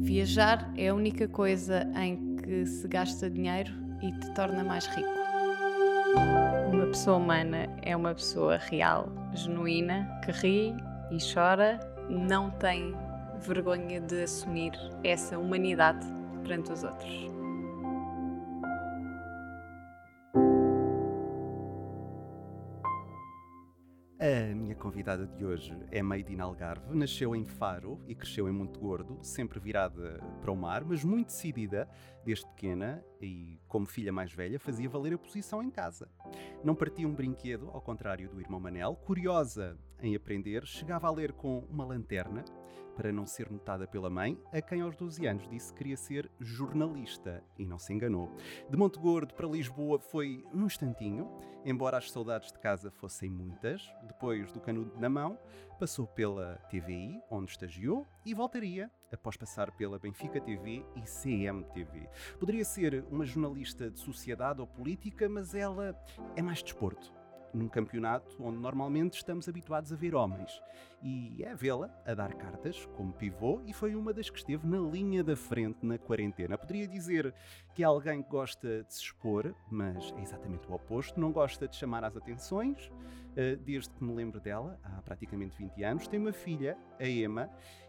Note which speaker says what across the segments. Speaker 1: Viajar é a única coisa em que se gasta dinheiro e te torna mais rico. Uma pessoa humana é uma pessoa real, genuína, que ri e chora, não tem vergonha de assumir essa humanidade perante os outros.
Speaker 2: A minha convidada de hoje é Made in Algarve, nasceu em Faro e cresceu em Monte Gordo, sempre virada para o mar, mas muito decidida desde pequena e como filha mais velha fazia valer a posição em casa. Não partia um brinquedo, ao contrário do irmão Manel, curiosa em aprender, chegava a ler com uma lanterna para não ser notada pela mãe, a quem aos 12 anos disse que queria ser jornalista e não se enganou. De Monte Gordo para Lisboa foi num instantinho, embora as saudades de casa fossem muitas, depois do canudo na mão, passou pela TVI, onde estagiou, e voltaria após passar pela Benfica TV e CMTV. Poderia ser uma jornalista de sociedade ou política, mas ela é mais desporto. Num campeonato onde normalmente estamos habituados a ver homens. E é vê-la a dar cartas como pivô e foi uma das que esteve na linha da frente na quarentena. Poderia dizer que é alguém que gosta de se expor, mas é exatamente o oposto. Não gosta de chamar as atenções, eh, desde que me lembro dela, há praticamente 20 anos. Tem uma filha, a Emma,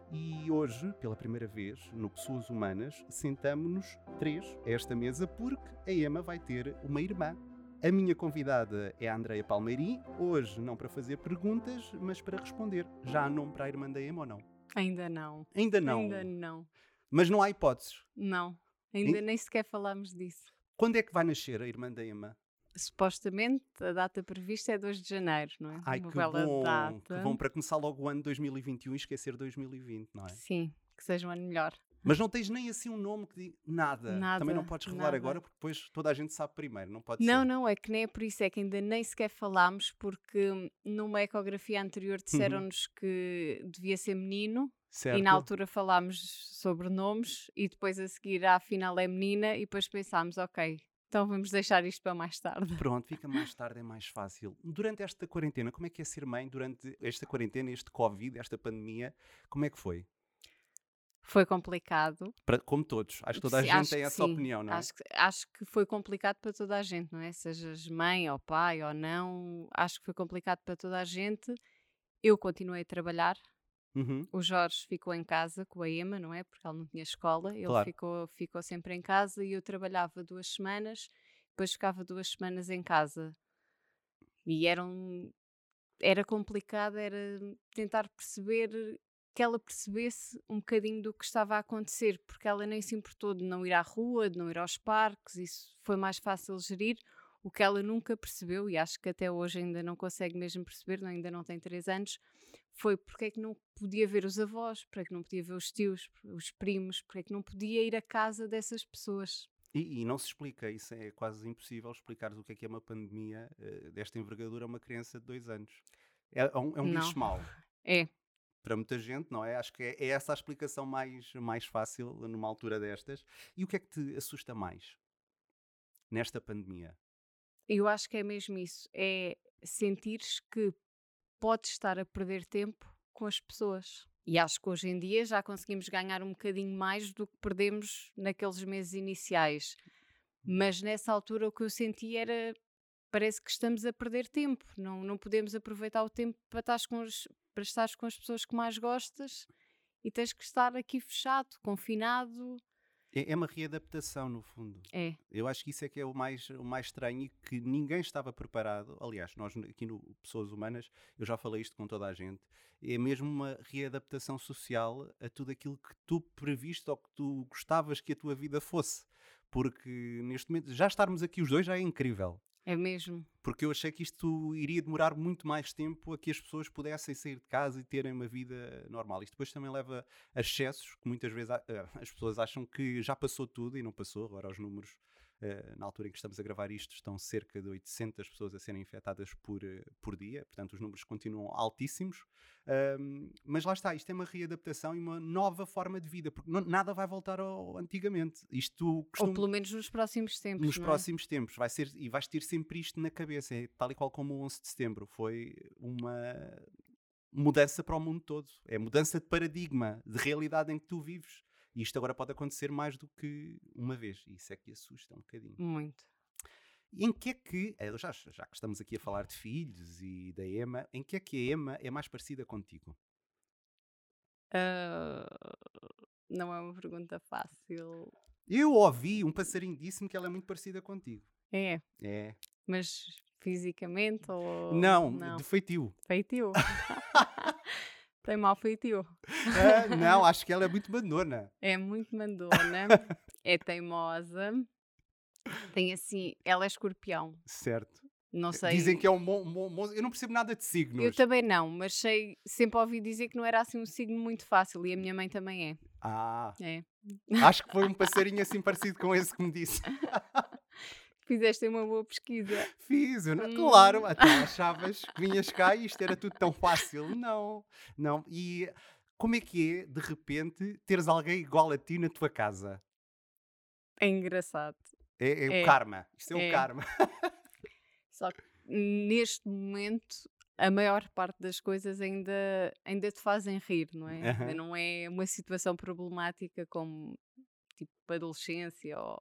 Speaker 2: e hoje, pela primeira vez, no Pessoas Humanas, sentamos-nos três a esta mesa porque a Emma vai ter uma irmã. A minha convidada é a Andreia Palmeirim, hoje não para fazer perguntas, mas para responder. Já há nome para a irmã da Emma ou não?
Speaker 1: Ainda não.
Speaker 2: Ainda não,
Speaker 1: Ainda não.
Speaker 2: mas não há hipóteses.
Speaker 1: Não. Ainda nem sequer falámos disso.
Speaker 2: Quando é que vai nascer a irmã da Emma?
Speaker 1: Supostamente a data prevista é 2 de janeiro, não é?
Speaker 2: Ai,
Speaker 1: Uma
Speaker 2: que
Speaker 1: bela
Speaker 2: bom,
Speaker 1: data.
Speaker 2: que bom, para começar logo o ano 2021 e esquecer 2020, não é?
Speaker 1: Sim, que seja um ano melhor.
Speaker 2: Mas não tens nem assim um nome que diga nada. Também não
Speaker 1: Nada,
Speaker 2: podes revelar
Speaker 1: nada.
Speaker 2: agora, porque depois toda a gente sabe primeiro, não pode
Speaker 1: Não,
Speaker 2: ser.
Speaker 1: não, é que nem é por isso, é que ainda nem sequer falámos, porque hum, numa ecografia
Speaker 2: Uhum.
Speaker 1: anterior disseram-nos que devia ser menino,
Speaker 2: Certo?
Speaker 1: e na altura falámos sobre nomes, e depois a seguir, afinal, é menina, e depois pensámos, ok, então vamos deixar isto para mais tarde.
Speaker 2: Pronto, fica mais tarde, é mais fácil. Durante esta quarentena, como é que é ser mãe? Durante esta quarentena, este Covid, esta pandemia, como é que foi?
Speaker 1: Foi complicado.
Speaker 2: Para, como todos, acho que toda a
Speaker 1: Sim,
Speaker 2: gente
Speaker 1: acho
Speaker 2: tem
Speaker 1: que
Speaker 2: essa
Speaker 1: sim,
Speaker 2: opinião, não é?
Speaker 1: Acho que, acho que foi complicado para toda a gente, não é? Sejas mãe ou pai ou não, acho que foi complicado para toda a gente. Eu continuei a trabalhar,
Speaker 2: Uhum.
Speaker 1: o Jorge ficou em casa com a Emma, não é? Porque ela não tinha escola, ele
Speaker 2: Claro.
Speaker 1: ficou, ficou sempre em casa e eu trabalhava duas semanas, depois ficava duas semanas em casa. E era, um- era complicado, era tentar perceber que ela percebesse um bocadinho do que estava a acontecer, porque ela nem se importou de não ir à rua, de não ir aos parques, isso foi mais fácil gerir. O que ela nunca percebeu, e acho que até hoje ainda não consegue mesmo perceber, não- ainda não tem três anos, foi porque é que não podia ver os avós, porque é que não podia ver os tios, os primos, porque é que não podia ir à casa dessas pessoas.
Speaker 2: E, e não se explica, isso é quase impossível explicar o que é que é uma pandemia eh, desta envergadura a uma criança de dois anos. É, é um, é um
Speaker 1: Não.
Speaker 2: bicho mau.
Speaker 1: É.
Speaker 2: Para muita gente, não é? Acho que é, é essa a explicação mais, mais fácil numa altura destas. E o que é que te assusta mais nesta pandemia?
Speaker 1: Eu acho que é mesmo isso, é sentires que podes estar a perder tempo com as pessoas. E acho que hoje em dia já conseguimos ganhar um bocadinho mais do que perdemos naqueles meses iniciais. Mas nessa altura o que eu senti era parece que estamos a perder tempo, não, não podemos aproveitar o tempo para estares com as, para estares com as pessoas que mais gostas e tens que estar aqui fechado, confinado.
Speaker 2: É, é uma readaptação, no fundo.
Speaker 1: É,
Speaker 2: Eu acho que isso é que é o mais, o mais estranho e que ninguém estava preparado. Aliás, nós n- aqui no Pessoas Humanas, eu já falei isto com toda a gente, é mesmo uma readaptação social a tudo aquilo que tu previste ou que tu gostavas que a tua vida fosse. Porque neste momento, já estarmos aqui os dois já é incrível.
Speaker 1: é mesmo.
Speaker 2: Porque eu achei que isto iria demorar muito mais tempo a que as pessoas pudessem sair de casa e terem uma vida normal. Isto depois também leva a excessos, que muitas vezes a- eh, as pessoas acham que já passou tudo e não passou. Agora os números, eh, na altura em que estamos a gravar isto, estão cerca de 800 pessoas a serem infectadas por, eh, por dia. Portanto, os números continuam altíssimos. Ahm, mas lá está, isto é uma readaptação e uma nova forma de vida, porque não- nada vai voltar ao antigamente. Isto
Speaker 1: Ou
Speaker 2: costuma
Speaker 1: pelo menos nos próximos tempos.
Speaker 2: nos
Speaker 1: não é?
Speaker 2: próximos tempos vai ser e vais ter sempre isto na cabeça é tal e qual como o 11 de setembro foi uma mudança para o mundo todo é mudança de paradigma de realidade em que tu vives E isto agora pode acontecer mais do que uma vez. E isso é que assusta um bocadinho.
Speaker 1: Muito.
Speaker 2: E em que é que, eh, já, já que estamos aqui a falar de filhos e da Emma, em que é que a Emma é mais parecida contigo?
Speaker 1: Ah, não é uma pergunta fácil.
Speaker 2: Eu ouvi um passarinho disse-me que ela é muito parecida contigo.
Speaker 1: É,
Speaker 2: É.
Speaker 1: mas fisicamente ou.
Speaker 2: não,
Speaker 1: Oh, não.
Speaker 2: de feitio.
Speaker 1: Feitio. Tem mau feitio.
Speaker 2: Ah, não, acho que ela é muito banana.
Speaker 1: É muito mandona, é teimosa. Tem assim, ela é escorpião.
Speaker 2: Certo.
Speaker 1: Não sei.
Speaker 2: Dizem é que é um bom, bom- bom- Eu não percebo nada de signos.
Speaker 1: Eu também não, mas sei, sempre ouvi dizer que não era assim um signo muito fácil e a minha mãe também é.
Speaker 2: Ah,
Speaker 1: é.
Speaker 2: acho que foi um passarinho assim parecido com esse que me disse.
Speaker 1: Fizeste uma boa pesquisa.
Speaker 2: Fiz, eu não-
Speaker 1: Hum.
Speaker 2: claro, até achavas que vinhas cá e isto era tudo tão fácil. Não, não. E como é que é, de repente, teres alguém igual a ti na tua casa?
Speaker 1: É engraçado.
Speaker 2: É, é
Speaker 1: É.
Speaker 2: o karma. Isto é,
Speaker 1: É.
Speaker 2: o karma.
Speaker 1: Só que neste momento a maior parte das coisas ainda, ainda te fazem rir, não é? Ainda
Speaker 2: Aham.
Speaker 1: Não é uma situação problemática como tipo adolescência ou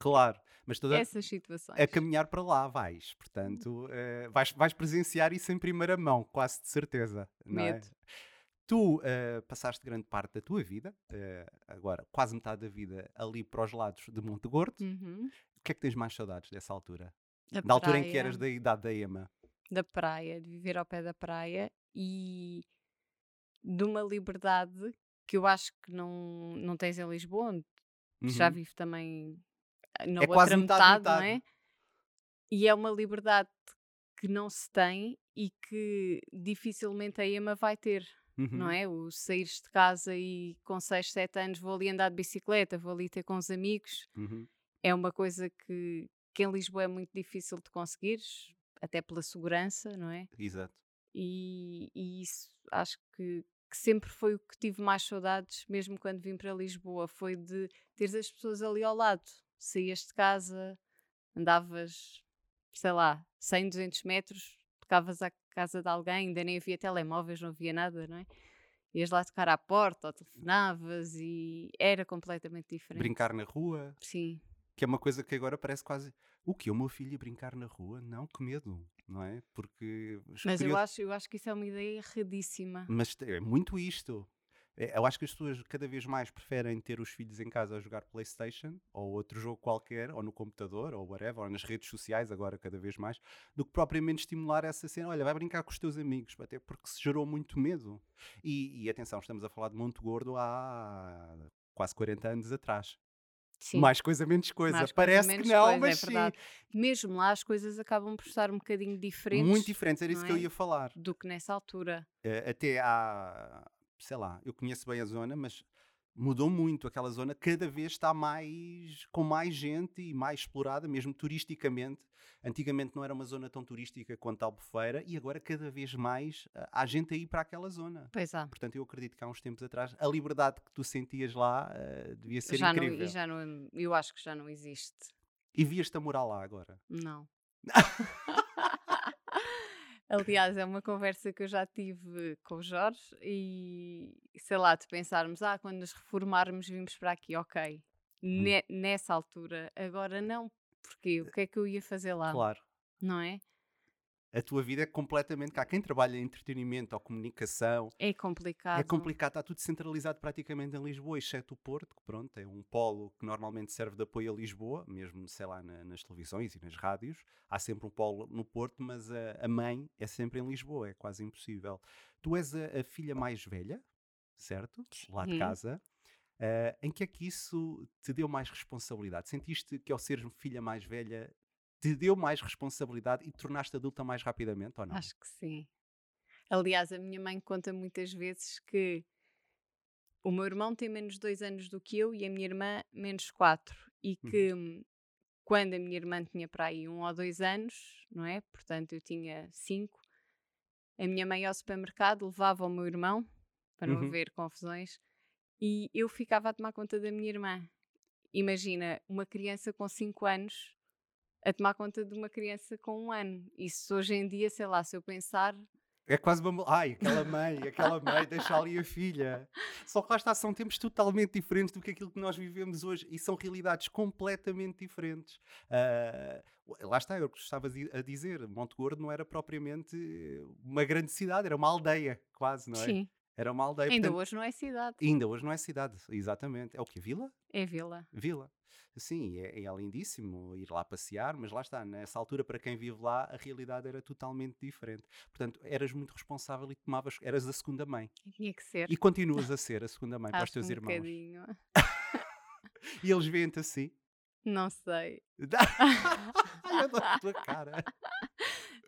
Speaker 2: Claro, mas é toda,
Speaker 1: essas situações.
Speaker 2: a caminhar para lá vais,
Speaker 1: Hum.
Speaker 2: portanto, eh, vais, vais presenciar isso em primeira mão, quase de certeza. não é?
Speaker 1: Medo.
Speaker 2: Tu eh, passaste grande parte da tua vida, eh, agora quase metade da vida, ali para os lados de Monte Gordo.
Speaker 1: Uhum.
Speaker 2: O que é que tens mais saudades dessa altura?
Speaker 1: Da
Speaker 2: Da altura em que
Speaker 1: praia.
Speaker 2: eras da idade da Ema.
Speaker 1: da praia, de viver ao pé da praia e de uma liberdade que eu acho que não, não tens em Lisboa, onde já
Speaker 2: Uhum.
Speaker 1: vivo também eh, na
Speaker 2: É
Speaker 1: outra
Speaker 2: quase
Speaker 1: metade,
Speaker 2: metade,
Speaker 1: não é?
Speaker 2: metade.
Speaker 1: E é uma liberdade que não se tem e que dificilmente a Ema vai ter,
Speaker 2: Uhum.
Speaker 1: não é? O saíres de casa e com 6, 7 anos vou ali andar de bicicleta, vou ali ter com os amigos,
Speaker 2: Uhum.
Speaker 1: é uma coisa que, que em Lisboa é muito difícil de conseguires, até pela segurança, não é?
Speaker 2: Exato.
Speaker 1: e, e isso acho que, que sempre foi o que tive mais saudades, mesmo quando vim para Lisboa, foi de teres as pessoas ali ao lado. Saías de casa, andavas, sei lá, 100, 200 metros, tocavas à casa de alguém, ainda nem havia telemóveis, não havia nada, não é? Ias lá tocar à porta, ou telefonavas e era completamente diferente.
Speaker 2: Brincar na rua,
Speaker 1: Sim,
Speaker 2: que é uma coisa que agora parece quase. O que? O meu filho ia brincar na rua? Não, que medo, não é? Porque.
Speaker 1: mas eu
Speaker 2: escolheu-
Speaker 1: acho, eu acho que isso é uma ideia erradíssima.
Speaker 2: Mas te- é muito isto. É, Eu acho que as pessoas cada vez mais preferem ter os filhos em casa a jogar Playstation ou outro jogo qualquer, ou no computador, ou whatever, ou nas redes sociais agora cada vez mais, do que propriamente estimular essa cena, olha, vai brincar com os teus amigos, até porque se gerou muito medo. E, e atenção, estamos a falar de Monte Gordo há quase 40 anos atrás.
Speaker 1: Sim.
Speaker 2: Mais coisa, menos coisa.
Speaker 1: Mais coisa,
Speaker 2: Parece
Speaker 1: menos
Speaker 2: que não,
Speaker 1: coisa, é
Speaker 2: mas
Speaker 1: verdade.
Speaker 2: sim.
Speaker 1: mesmo lá as coisas acabam por estar um bocadinho diferentes
Speaker 2: Muito diferente, era isso
Speaker 1: não
Speaker 2: que eu
Speaker 1: é?
Speaker 2: ia falar.
Speaker 1: do que nessa altura.
Speaker 2: Eh, até há, sei lá, eu conheço bem a zona, mas mudou muito aquela zona, cada vez está mais com mais gente e mais explorada, mesmo turisticamente. Antigamente não era uma zona tão turística quanto a Albufeira e agora cada vez mais ah, há gente aí para aquela zona.
Speaker 1: Pois é. há.
Speaker 2: Portanto, eu acredito que há uns tempos atrás a liberdade que tu sentias lá ah, devia ser
Speaker 1: Já não,
Speaker 2: incrível.
Speaker 1: e já não, eu acho que já não existe.
Speaker 2: E vias-te a morar lá agora.
Speaker 1: Não. Aliás, é uma conversa que eu já tive com o Jorge e sei lá, de pensarmos, ah, quando nos reformarmos vimos para aqui, ok. Ne- nessa altura, agora não, porque o que é que eu ia fazer lá?
Speaker 2: Claro.
Speaker 1: Não é?
Speaker 2: A tua vida é completamente cá. Quem trabalha em entretenimento ou comunicação
Speaker 1: É complicado.
Speaker 2: É complicado, está tudo centralizado praticamente em Lisboa, exceto o Porto, que pronto, é um polo que normalmente serve de apoio a Lisboa, mesmo, sei lá, na- nas televisões e nas rádios. Há sempre um polo no Porto, mas a, a mãe é sempre em Lisboa, é quase impossível. Tu és a, a filha mais velha, certo? Lá de
Speaker 1: Sim.
Speaker 2: casa. Ah, em que é que isso te deu mais responsabilidade? Sentiste que ao seres filha mais velha te deu mais responsabilidade e te tornaste adulta mais rapidamente ou não?
Speaker 1: Acho que sim. Aliás, a minha mãe conta muitas vezes que o meu irmão tem menos dois anos do que eu e a minha irmã menos quatro. E
Speaker 2: Uhum.
Speaker 1: que hum, quando a minha irmã tinha para aí um ou dois anos, não é? Portanto, eu tinha cinco. A minha mãe ia ao supermercado, levava o meu irmão, para não
Speaker 2: Uhum.
Speaker 1: haver confusões, e eu ficava a tomar conta da minha irmã. Imagina, uma criança com cinco anos a tomar conta de uma criança com um ano. Isso hoje em dia, sei lá, se eu pensar,
Speaker 2: É quase uma. mul- Ai, aquela mãe, aquela mãe, deixa ali a filha. Só que lá está, são tempos totalmente diferentes do que aquilo que nós vivemos hoje e são realidades completamente diferentes. Ah, lá está, eu estava a di- a dizer, Monte Gordo não era propriamente uma grande cidade, era uma aldeia, quase, não é?
Speaker 1: Sim,
Speaker 2: Era uma aldeia.
Speaker 1: ainda
Speaker 2: portanto,
Speaker 1: hoje não é cidade,
Speaker 2: ainda hoje não é cidade, exatamente. É o que? Vila?
Speaker 1: é vila.
Speaker 2: Vila. Sim, é, é lindíssimo ir lá passear, mas lá está, nessa altura, para quem vive lá, a realidade era totalmente diferente. Portanto, eras muito responsável e tomavas, eras a segunda mãe.
Speaker 1: Tinha que ser.
Speaker 2: E continuas a ser a segunda mãe para os
Speaker 1: Acho
Speaker 2: teus
Speaker 1: um
Speaker 2: irmãos.
Speaker 1: bocadinho.
Speaker 2: E eles veem-te assim.
Speaker 1: Não sei.
Speaker 2: Ai, eu adoro a tua cara.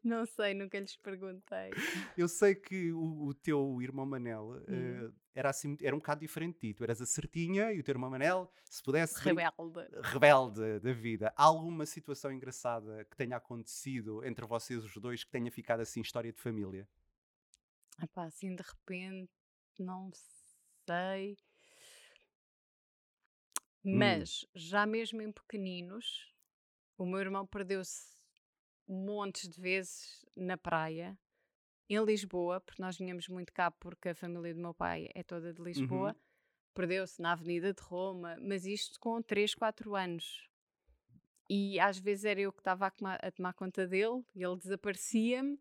Speaker 1: Não sei, nunca lhes perguntei.
Speaker 2: Eu sei que o, o teu irmão Manel eh,
Speaker 1: Hum.
Speaker 2: era, assim, era um bocado diferente de ti. Tu eras a certinha e o teu irmão Manel, se pudesse, brin-
Speaker 1: Rebelde.
Speaker 2: rebelde da vida. Há alguma situação engraçada que tenha acontecido entre vocês os dois que tenha ficado assim história de família?
Speaker 1: Epá, assim de repente, não sei.
Speaker 2: Hum.
Speaker 1: Mas já mesmo em pequeninos, o meu irmão perdeu-se montes de vezes na praia, em Lisboa, porque nós vinhamos muito cá porque a família do meu pai é toda de Lisboa. Perdeu-se na Avenida de Roma, mas isto com 3, 4 anos. E às vezes era eu que estava a, coma- a tomar conta dele, e ele desaparecia-me,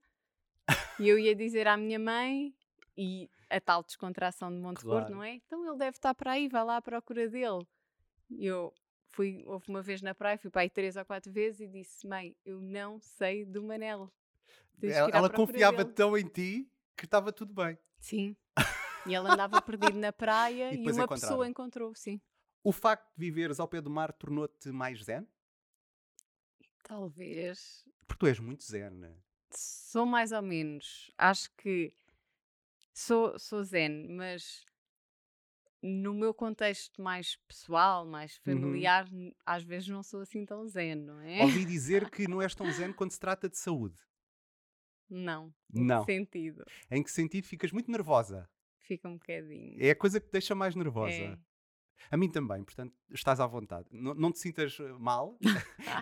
Speaker 1: e eu ia dizer à minha mãe, e a tal descontração de Monte
Speaker 2: Claro.
Speaker 1: Gordo, não é? Então ele deve estar para aí, vai lá à procura dele. E eu fui, houve uma vez na praia, fui para aí três ou quatro vezes e disse: Mãe, eu não sei do Manel. Tens que
Speaker 2: Ela,
Speaker 1: ir à
Speaker 2: ela
Speaker 1: procura
Speaker 2: confiava
Speaker 1: dele."
Speaker 2: tão em ti que estava tudo bem.
Speaker 1: Sim. E ele andava perdido na praia
Speaker 2: E
Speaker 1: e,
Speaker 2: depois
Speaker 1: uma
Speaker 2: encontraram.
Speaker 1: pessoa encontrou, sim.
Speaker 2: O facto de viveres ao pé do mar tornou-te mais zen?
Speaker 1: Talvez.
Speaker 2: Porque tu és muito zen.
Speaker 1: Sou mais ou menos. Acho que sou, sou zen, mas no meu contexto mais pessoal, mais
Speaker 2: Uhum.
Speaker 1: familiar, n- às vezes não sou assim tão zen, não é?
Speaker 2: Ouvi dizer que não és tão zen quando se trata de saúde.
Speaker 1: Não.
Speaker 2: Não.
Speaker 1: Sentido.
Speaker 2: Em que sentido ficas muito nervosa?
Speaker 1: Fica um bocadinho.
Speaker 2: É a coisa que te deixa mais nervosa.
Speaker 1: É.
Speaker 2: A mim também, portanto, estás à vontade. N- não te sintas eh, mal.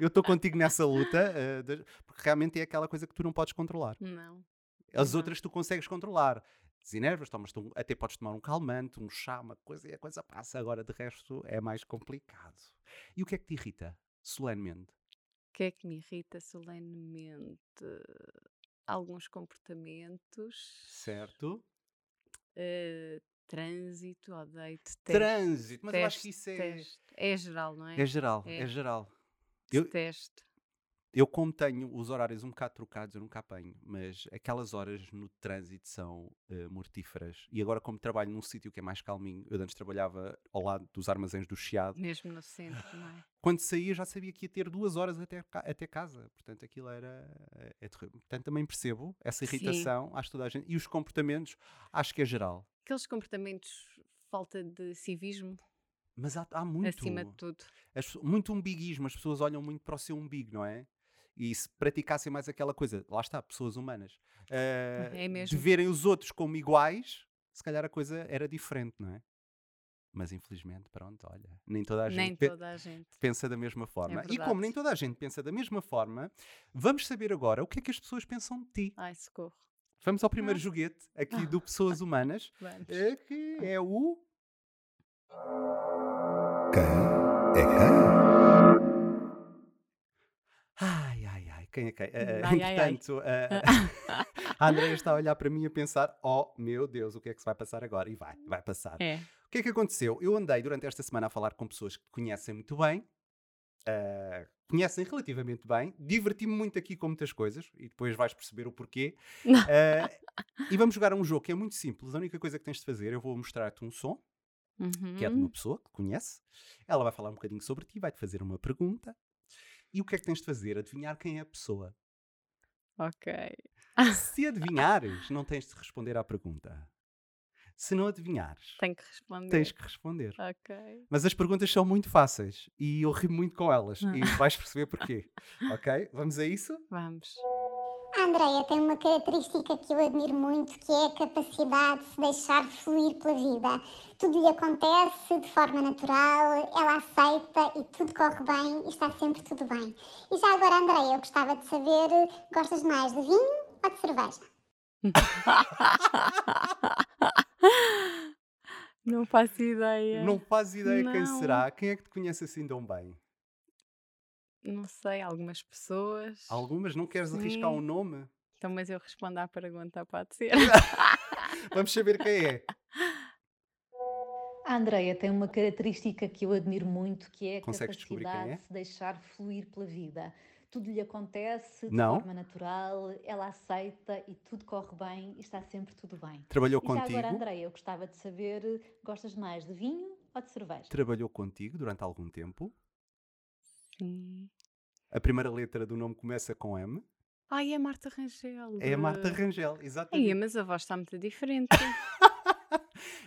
Speaker 2: Eu estou contigo nessa luta, eh, de- porque realmente é aquela coisa que tu não podes controlar.
Speaker 1: Não.
Speaker 2: As
Speaker 1: Uhum.
Speaker 2: outras tu consegues controlar. Desenervas, tomas tu, até podes tomar um calmante, um chá, uma coisa e a coisa passa. Agora, de resto, é mais complicado. E o que é que te irrita, solenemente?
Speaker 1: O que é que me irrita solenemente? Alguns comportamentos.
Speaker 2: Certo?
Speaker 1: eh, trânsito, odeio, detesto.
Speaker 2: Trânsito. Mas eu acho que isso é...
Speaker 1: detesto. É geral, não é?
Speaker 2: É geral, é,
Speaker 1: É.
Speaker 2: geral. Eu-
Speaker 1: Detesto.
Speaker 2: Eu, como tenho os horários um bocado trocados, eu nunca apanho, mas aquelas horas no trânsito são eh, mortíferas. E agora, como trabalho num sítio que é mais calminho, eu antes trabalhava ao lado dos armazéns do Chiado,
Speaker 1: Mesmo no centro, não é?
Speaker 2: quando saía já sabia que ia ter duas horas até, ca- até casa. Portanto, aquilo era. eh, É terrível. Portanto, também percebo essa
Speaker 1: Sim.
Speaker 2: irritação, acho que toda a gente. E os comportamentos, acho que é geral.
Speaker 1: Aqueles comportamentos, falta de civismo,
Speaker 2: Mas há, há muito.
Speaker 1: acima de tudo.
Speaker 2: as pesso- muito umbiguismo, as pessoas olham muito para o seu umbigo, não é? E se praticassem mais aquela coisa, lá está, pessoas humanas, eh,
Speaker 1: É mesmo.
Speaker 2: de verem os outros como iguais, se calhar a coisa era diferente, não é? Mas infelizmente, pronto, olha, nem toda a gente
Speaker 1: Nem
Speaker 2: pe-
Speaker 1: toda a gente.
Speaker 2: pensa da mesma forma. e como
Speaker 1: É verdade.
Speaker 2: nem toda a gente pensa da mesma forma, vamos saber agora o que é que as pessoas pensam de ti.
Speaker 1: Ai, socorro.
Speaker 2: Vamos ao
Speaker 1: Ah.
Speaker 2: primeiro joguete aqui do Pessoas Humanas,
Speaker 1: Vamos.
Speaker 2: eh, que é o
Speaker 3: Quem é quem?
Speaker 2: Ai, ai, ai, quem é quem? Eh,
Speaker 1: Ai, ai, ai.
Speaker 2: portanto, eh, a Andrea está a olhar para mim e a pensar: oh meu Deus, o que é que se vai passar agora? E vai, vai passar.
Speaker 1: É.
Speaker 2: O que é que aconteceu? Eu andei durante esta semana a falar com pessoas que te conhecem muito bem, eh, conhecem relativamente bem, diverti-me muito aqui com muitas coisas e depois vais perceber o porquê. Eh, e vamos jogar a um jogo que é muito simples. A única coisa que tens de fazer, eu vou mostrar-te um som que é de uma
Speaker 1: Uhum.
Speaker 2: pessoa que conhece. Ela vai falar um bocadinho sobre ti, vai-te fazer uma pergunta. E o que é que tens de fazer? Adivinhar quem é a pessoa.
Speaker 1: Ok.
Speaker 2: Se adivinhares, não tens de responder à pergunta. Se não adivinhares,
Speaker 1: Tenho que responder.
Speaker 2: tens que responder.
Speaker 1: Ok.
Speaker 2: Mas as perguntas são muito fáceis e eu ri muito com elas e
Speaker 1: Ah.
Speaker 2: vais perceber porquê. ok? Vamos a isso?
Speaker 1: Vamos.
Speaker 4: A Andreia tem uma característica que eu admiro muito, que é a capacidade de se deixar fluir pela vida. Tudo lhe acontece de forma natural, ela aceita e tudo corre bem e está sempre tudo bem. E já agora, Andreia, eu gostava de saber, gostas mais de vinho ou de cerveja?
Speaker 1: Não faço ideia.
Speaker 2: Não faz ideia quem
Speaker 1: Não.
Speaker 2: será. Quem é que te conhece assim tão bem?
Speaker 1: Não sei, algumas pessoas.
Speaker 2: Algumas não queres arriscar
Speaker 1: Sim.
Speaker 2: um nome?
Speaker 1: Então, mas eu respondo à pergunta, pode ser.
Speaker 2: Vamos saber quem é.
Speaker 5: A Andreia tem uma característica que eu admiro muito, que é a
Speaker 2: Consegues descobrir quem
Speaker 5: capacidade
Speaker 2: é?
Speaker 5: de se deixar fluir pela vida. Tudo lhe acontece de
Speaker 2: Não.
Speaker 5: forma natural, ela aceita e tudo corre bem e está sempre tudo bem.
Speaker 2: Trabalhou
Speaker 5: E já
Speaker 2: contigo?
Speaker 5: agora, Andreia, eu gostava de saber, gostas mais de vinho ou de cerveja?
Speaker 2: Trabalhou contigo durante algum tempo.
Speaker 1: Sim.
Speaker 2: A primeira letra do nome começa com M.
Speaker 1: Ai, é a Marta Rangel.
Speaker 2: É a Marta
Speaker 1: de-
Speaker 2: Rangel,
Speaker 1: Ai,
Speaker 2: exatamente.
Speaker 1: mas a voz está muito diferente.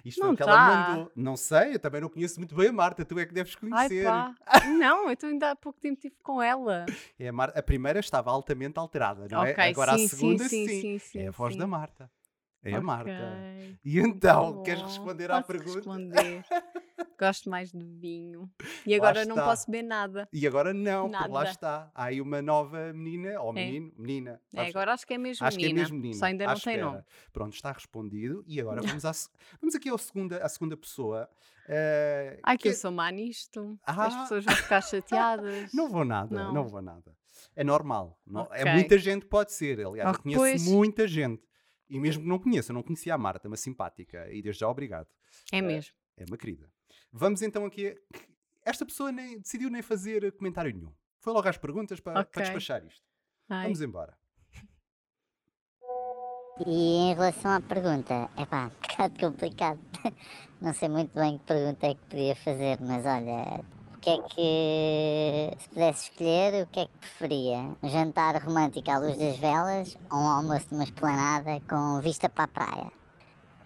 Speaker 2: Isto foi
Speaker 1: não
Speaker 2: o que ela
Speaker 1: tá.
Speaker 2: mandou. Não sei, eu também não conheço muito bem a Marta, tu é que deves
Speaker 1: Ai,
Speaker 2: conhecer.
Speaker 1: pá. Não, eu tô ainda há pouco tempo estive com ela.
Speaker 2: É a, Mar... a primeira estava altamente alterada, não
Speaker 1: ok,
Speaker 2: é? Agora
Speaker 1: sim,
Speaker 2: a segunda, sim.
Speaker 1: sim,
Speaker 2: é a voz da Marta. É a Marta.
Speaker 1: Ok.
Speaker 2: E então,
Speaker 1: Tá
Speaker 2: queres
Speaker 1: bom,
Speaker 2: responder à
Speaker 1: posso
Speaker 2: pergunta?
Speaker 1: responder. Gosto mais de vinho. E
Speaker 2: Lá
Speaker 1: agora não
Speaker 2: está.
Speaker 1: posso beber nada.
Speaker 2: E agora não, porque lá
Speaker 1: Nada.
Speaker 2: está. Há aí uma nova menina, ou
Speaker 1: É.
Speaker 2: menino, menina.
Speaker 1: É,
Speaker 2: sabes?
Speaker 1: agora acho que é mesmo
Speaker 2: Acho
Speaker 1: menina.
Speaker 2: que é mesmo menina.
Speaker 1: Só ainda
Speaker 2: à
Speaker 1: não tem
Speaker 2: espera.
Speaker 1: nome.
Speaker 2: Pronto, está respondido. E agora vamos, à, se- vamos aqui ao segunda, à segunda pessoa. eh,
Speaker 1: Ai, que eu sou má nisto. As
Speaker 2: Ah.
Speaker 1: pessoas vão ficar chateadas.
Speaker 2: Não vou nada, não,
Speaker 1: Não.
Speaker 2: vou nada. É normal. não- É
Speaker 1: Ok.
Speaker 2: muita gente pode ser. Aliás, eu
Speaker 1: Ok,
Speaker 2: conheço
Speaker 1: pois.
Speaker 2: muita gente. E mesmo que não conheça, eu não conhecia a Marta, mas simpática. E desde já obrigado.
Speaker 1: É mesmo.
Speaker 2: É uma querida. Vamos então aqui. a- Esta pessoa nem, decidiu nem fazer comentário nenhum. Foi logo às perguntas para,
Speaker 1: Ok.
Speaker 2: para despachar isto.
Speaker 1: Ai.
Speaker 2: Vamos embora.
Speaker 6: E em relação à pergunta, é pá, um bocado complicado. Não sei muito bem que pergunta é que podia fazer, mas olha, o que é que, se pudesse escolher, o que é que preferia? Um jantar romântico à luz das velas ou um almoço numa esplanada com vista para a praia?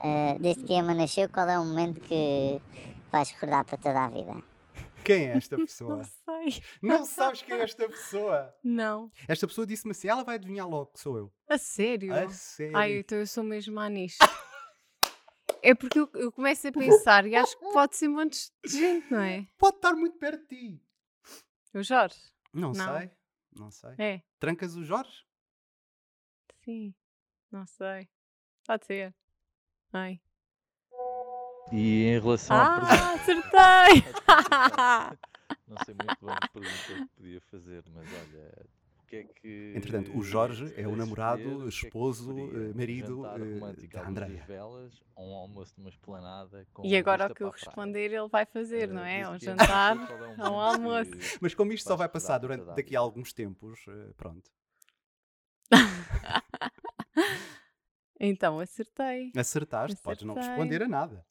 Speaker 6: Ah, desde que a Emma nasceu, qual é o momento que vais recordar para toda a vida?
Speaker 2: Quem é esta
Speaker 1: Não
Speaker 2: pessoa?
Speaker 1: sei.
Speaker 2: não sabes quem é esta pessoa?
Speaker 1: Não.
Speaker 2: Esta pessoa disse-me assim: ela vai adivinhar logo que sou eu.
Speaker 1: A sério?
Speaker 2: A sério.
Speaker 1: Ai, então eu sou mesmo má nisto. É porque eu, eu começo a pensar e acho que pode ser um monte de gente, não é?
Speaker 2: Pode estar muito perto de ti.
Speaker 1: O Jorge?
Speaker 2: Não,
Speaker 1: Não.
Speaker 2: sei. Não sei.
Speaker 1: É.
Speaker 2: Trancas o Jorge?
Speaker 1: Sim. Não sei. Pode ser. Ai.
Speaker 7: E em relação à
Speaker 1: Ah,
Speaker 7: pergunta.
Speaker 1: acertei!
Speaker 7: Não sei muito bem que pergunta é que podia fazer, mas olha, o que é que.
Speaker 2: Entretanto, o Jorge
Speaker 7: se
Speaker 2: é o
Speaker 7: pudesse
Speaker 2: namorado,
Speaker 7: escolher, o que é que
Speaker 2: esposo,
Speaker 7: preferia?
Speaker 2: eh, marido,
Speaker 7: Um jantar
Speaker 2: eh,
Speaker 7: romântico
Speaker 2: da
Speaker 7: à luz das
Speaker 2: Andreia.
Speaker 7: velas ou um almoço numa esplanada com
Speaker 1: E agora o
Speaker 7: vista
Speaker 1: que eu
Speaker 7: para a praia?
Speaker 1: responder ele vai fazer,
Speaker 7: Eh,
Speaker 1: não é?
Speaker 7: diz
Speaker 1: Um
Speaker 7: que é possível,
Speaker 1: jantar.
Speaker 7: qual é o
Speaker 1: um
Speaker 7: momento
Speaker 1: almoço.
Speaker 7: que
Speaker 2: Mas como isto só
Speaker 7: vais
Speaker 2: vai
Speaker 7: recordar
Speaker 2: passar
Speaker 7: para
Speaker 2: durante
Speaker 7: toda a
Speaker 2: daqui a
Speaker 7: vida?
Speaker 2: alguns tempos, eh, pronto.
Speaker 1: Então acertei.
Speaker 2: Acertaste, podes não
Speaker 1: Acertei.
Speaker 2: responder a nada.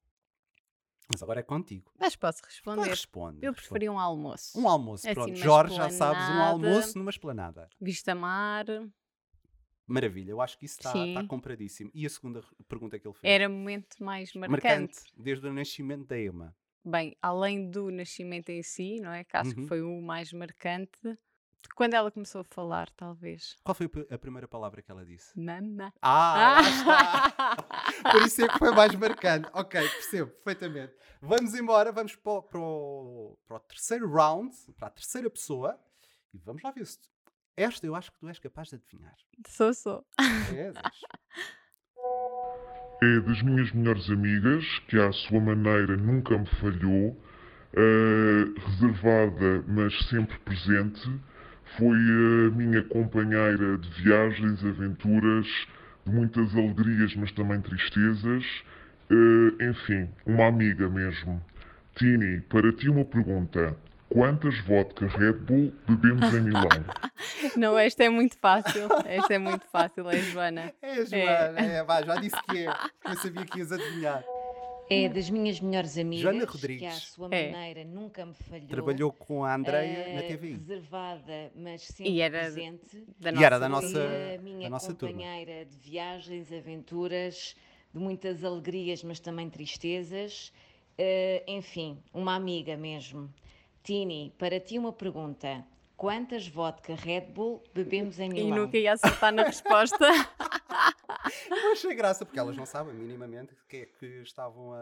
Speaker 2: Mas agora é contigo.
Speaker 1: Mas posso
Speaker 2: Então
Speaker 1: responder.
Speaker 2: responde.
Speaker 1: é Eu
Speaker 2: responde.
Speaker 1: preferia um almoço.
Speaker 2: Um almoço,
Speaker 1: Assim,
Speaker 2: pronto.
Speaker 1: uma
Speaker 2: Jorge, já sabes, um
Speaker 1: esplanada.
Speaker 2: almoço numa esplanada.
Speaker 1: Vista mar.
Speaker 2: Maravilha, eu acho que isso está está
Speaker 1: Sim.
Speaker 2: compradíssimo. E a segunda re- pergunta que ele fez?
Speaker 1: Era o momento mais marcante.
Speaker 2: Desde o nascimento da Emma.
Speaker 1: Bem, além do nascimento em si, não é? Que acho
Speaker 2: Uhum.
Speaker 1: que foi o mais marcante. Quando ela começou a falar, talvez.
Speaker 2: Qual foi a p- a primeira palavra que ela disse?
Speaker 1: Mama.
Speaker 2: Ah, lá está! Por isso é que foi mais marcante. Ok, percebo perfeitamente. Vamos embora, vamos para o, para o- para o terceiro round, para a terceira pessoa. E vamos lá ver se. tu- Esta eu acho que tu és capaz de adivinhar.
Speaker 1: sou, sou.
Speaker 2: És.
Speaker 8: É das minhas melhores amigas, que à sua maneira nunca me falhou, eh, reservada mas sempre presente, foi a minha companheira de viagens, aventuras, de muitas alegrias mas também tristezas, eh, enfim, uma amiga mesmo. Tini, para ti uma pergunta: quantas vodka Red Bull bebemos em Milão?
Speaker 1: Não, esta é muito fácil. Esta é muito fácil, é a Joana.
Speaker 2: És, Joana. É, vá, já disse que é. Eu sabia que ias adivinhar.
Speaker 9: É das minhas melhores amigas, que à
Speaker 2: Rodrigues.
Speaker 9: sua
Speaker 1: É.
Speaker 9: maneira nunca me falhou.
Speaker 2: Trabalhou com a Andreia na
Speaker 9: eh,
Speaker 2: TVI.
Speaker 9: Reservada, mas sempre
Speaker 1: era
Speaker 9: presente.
Speaker 1: Da
Speaker 2: E era da
Speaker 1: turma.
Speaker 2: nossa-
Speaker 9: Foi é a minha
Speaker 2: nossa turma.
Speaker 9: companheira de viagens, aventuras, de muitas alegrias, mas também tristezas. Eh, enfim, uma amiga mesmo. Tini, para ti uma pergunta. Quantas vodka Red Bull bebemos em
Speaker 1: E
Speaker 9: Milão?
Speaker 1: nunca ia acertar na resposta.
Speaker 2: Eu achei graça, porque elas não sabem minimamente o que é que estavam a.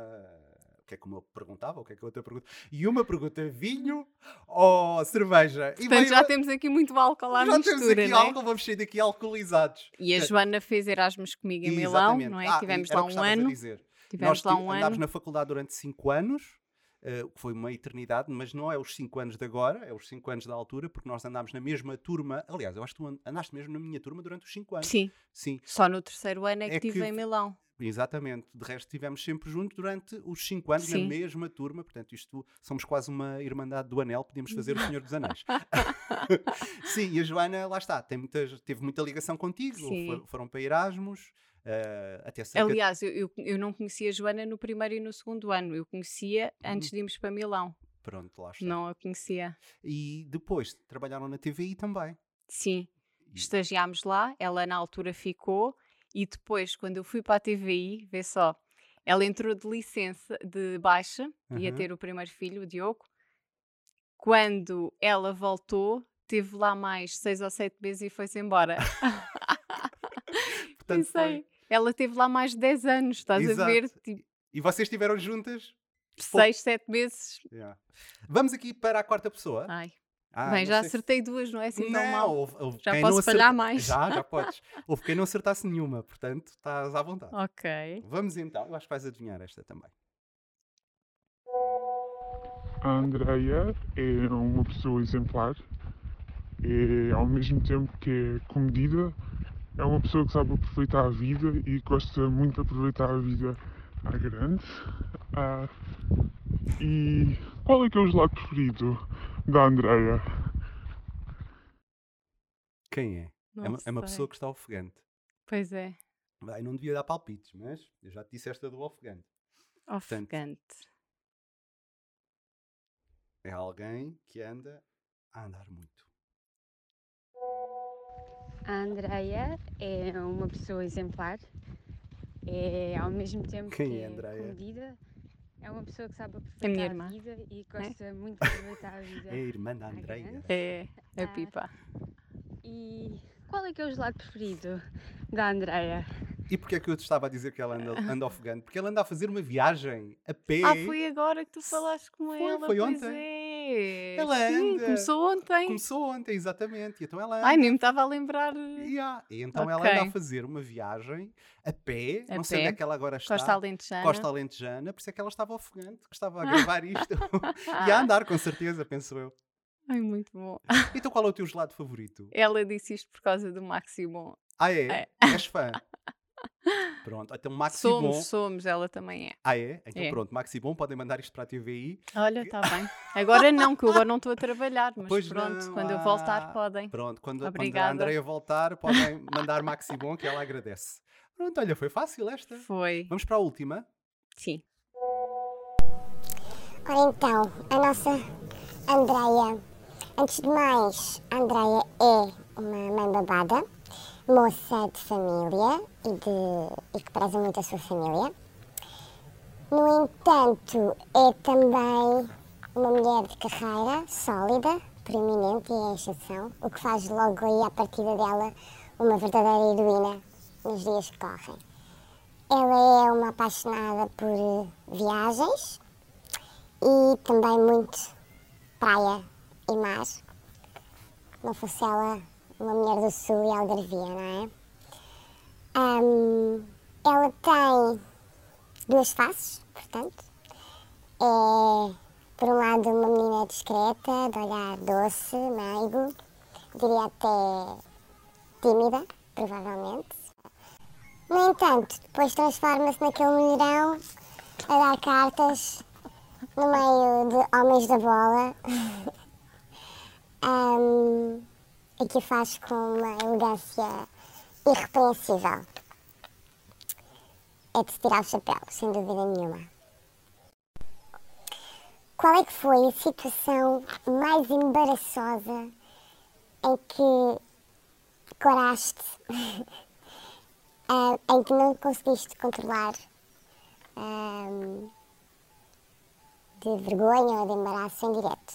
Speaker 2: o que é que uma perguntava, o que é que a outra pergunta. E uma pergunta vinho ou cerveja. e
Speaker 1: Portanto,
Speaker 2: veio-
Speaker 1: já temos aqui muito álcool à
Speaker 2: já
Speaker 1: mistura,
Speaker 2: temos aqui
Speaker 1: né?
Speaker 2: álcool, vamos sair daqui alcoolizados.
Speaker 1: E a Joana fez Erasmus comigo em Milão,
Speaker 2: Exatamente.
Speaker 1: não é?
Speaker 2: Ah,
Speaker 1: tivemos
Speaker 2: era
Speaker 1: lá
Speaker 2: o que
Speaker 1: um
Speaker 2: estavas a
Speaker 1: ano.
Speaker 2: dizer.
Speaker 1: Tivemos
Speaker 2: Nós
Speaker 1: lá
Speaker 2: ti-
Speaker 1: um
Speaker 2: andámos
Speaker 1: ano.
Speaker 2: na faculdade durante 5 anos, eh, o que foi uma eternidade, mas não é os 5 anos de agora, é os 5 anos da altura, porque nós andámos na mesma turma. Aliás, eu acho que tu an- andaste mesmo na minha turma durante os 5 anos.
Speaker 1: Sim,
Speaker 2: Sim,
Speaker 1: só no terceiro ano é que
Speaker 2: É
Speaker 1: estive
Speaker 2: que-
Speaker 1: em Milão.
Speaker 2: exatamente. De resto, estivemos sempre juntos durante os 5 anos
Speaker 1: Sim.
Speaker 2: na mesma turma. Portanto, isto somos quase uma irmandade do anel, podíamos fazer o Senhor dos Anéis. Sim, e a Joana, lá está, tem muitas, teve muita ligação contigo.
Speaker 1: Sim.
Speaker 2: fo- foram para Erasmus, eh, até cerca de-
Speaker 1: Aliás, eu, eu, eu não conhecia a Joana no primeiro e no segundo ano. Eu conhecia antes
Speaker 2: Uhum.
Speaker 1: de irmos para Milão.
Speaker 2: Pronto, lá está.
Speaker 1: Não a conhecia.
Speaker 2: E depois trabalharam na TVI também.
Speaker 1: Sim,
Speaker 2: E-
Speaker 1: estagiámos lá. Ela na altura ficou. E depois, quando eu fui para a TVI, vê só, ela entrou de licença, de baixa, ia
Speaker 2: Aham.
Speaker 1: ter o primeiro filho, o Diogo. Quando ela voltou, teve lá mais seis ou sete meses e foi-se embora.
Speaker 2: Portanto, foi-
Speaker 1: Pensei, ela teve lá mais de 10 anos, estás a
Speaker 2: Exato.
Speaker 1: ver? Tipo,
Speaker 2: E vocês estiveram juntas?
Speaker 1: 6, 7 meses.
Speaker 2: Yeah. Vamos aqui para a quarta pessoa.
Speaker 1: Ai,
Speaker 2: Ah,
Speaker 1: bem,
Speaker 2: não
Speaker 1: já
Speaker 2: sei se-
Speaker 1: acertei duas, não é assim tão
Speaker 2: Não,
Speaker 1: mal?
Speaker 2: houve- houve
Speaker 1: Já
Speaker 2: quem
Speaker 1: posso
Speaker 2: não acer-
Speaker 1: falhar mais.
Speaker 2: Já, já podes. Houve quem não acertasse nenhuma, portanto, estás à vontade.
Speaker 1: Ok.
Speaker 2: Vamos então, eu acho que vais adivinhar esta também.
Speaker 8: A Andrea é uma pessoa exemplar, é ao mesmo tempo que é comedida, é uma pessoa que sabe aproveitar a vida e gosta muito de aproveitar a vida à grande. Ah, e qual é que é o gelado preferido da Andrea?
Speaker 2: Quem é?
Speaker 1: não
Speaker 2: É uma, é uma
Speaker 1: sei.
Speaker 2: pessoa que está ofegante.
Speaker 1: Pois é,
Speaker 2: Bem, não devia dar palpites, mas eu já te disse esta do ofegante.
Speaker 1: ofegante.
Speaker 2: É alguém que anda a andar muito.
Speaker 10: A Andreia é uma pessoa exemplar, é ao mesmo tempo
Speaker 2: Quem
Speaker 10: que
Speaker 2: é a Andreia?
Speaker 10: comedida, é uma pessoa que sabe
Speaker 1: A minha
Speaker 10: aproveitar a,
Speaker 1: irmã. né?
Speaker 10: vida e gosta muito de aproveitar a vida.
Speaker 2: É a irmã da
Speaker 10: Ai,
Speaker 2: Andreia.
Speaker 1: É, a
Speaker 10: Ah.
Speaker 1: pipa.
Speaker 10: E qual é que é o gelado preferido da Andreia?
Speaker 2: E porquê é que eu te estava a dizer que ela anda, anda ofegante? Porque ela anda a fazer uma viagem a pé.
Speaker 1: Ah, foi agora que tu falaste com
Speaker 2: é Foi,
Speaker 1: ela.
Speaker 2: foi
Speaker 1: pois
Speaker 2: ontem.
Speaker 1: É.
Speaker 2: Ela
Speaker 1: Sim,
Speaker 2: anda.
Speaker 1: começou ontem.
Speaker 2: Começou ontem, exatamente. E então ela anda.
Speaker 1: Ai, nem me estava a lembrar.
Speaker 2: E há. E então ela anda
Speaker 1: Ok.
Speaker 2: a fazer uma viagem a pé.
Speaker 1: A
Speaker 2: não sei
Speaker 1: pé.
Speaker 2: onde é que ela agora está.
Speaker 1: Costa Alentejana.
Speaker 2: Costa Alentejana. Por isso é que ela estava ofegante, que estava a gravar isto. e a andar, com certeza, penso eu.
Speaker 1: Ah, Ai, muito bom.
Speaker 2: Então qual é o teu gelado favorito?
Speaker 1: Ela disse isto por causa do Maximon.
Speaker 2: Ah, é?
Speaker 1: É.
Speaker 2: És fã? Pronto, então Maxi
Speaker 1: Somos,
Speaker 2: Bom.
Speaker 1: somos, ela também é.
Speaker 2: Ah, é? Então
Speaker 1: É.
Speaker 2: pronto, Maxi Bom, podem mandar isto para a TVI.
Speaker 1: Olha, está bem. Agora não, que eu agora não estou a trabalhar, mas
Speaker 2: Pois
Speaker 1: pronto,
Speaker 2: não,
Speaker 1: quando eu voltar
Speaker 2: ah,
Speaker 1: podem.
Speaker 2: Pronto, quando, quando a
Speaker 1: Obrigada.
Speaker 2: Andreia voltar, podem mandar Maxi Bom, que ela agradece. Pronto, olha, foi fácil esta.
Speaker 1: Foi.
Speaker 2: Vamos para a última.
Speaker 1: Sim.
Speaker 4: Ora então, a nossa Andreia. Antes de mais, a Andreia é uma mãe babada, moça de família e, de, e que preza muito a sua família. No entanto, é também uma mulher de carreira, sólida, preeminente e em exceção, o que faz logo aí à partida dela uma verdadeira heroína nos dias que correm. Ela é uma apaixonada por viagens, e também muito praia e mar. Não fosse ela uma mulher do sul e algarvia, não é? Ahm, ela tem duas faces, portanto. É, por um lado, uma menina discreta, de olhar doce, meigo, diria até tímida, provavelmente. No entanto, depois transforma-se naquele mulherão a dar cartas no meio de homens da bola. Ahm, e que o faz com uma elegância irrepreensível. É de se tirar o chapéu, sem dúvida nenhuma. Qual é que foi a situação mais embaraçosa em que coraste, ah, em que não conseguiste controlar hum, ahm, de vergonha ou de embaraço em direto.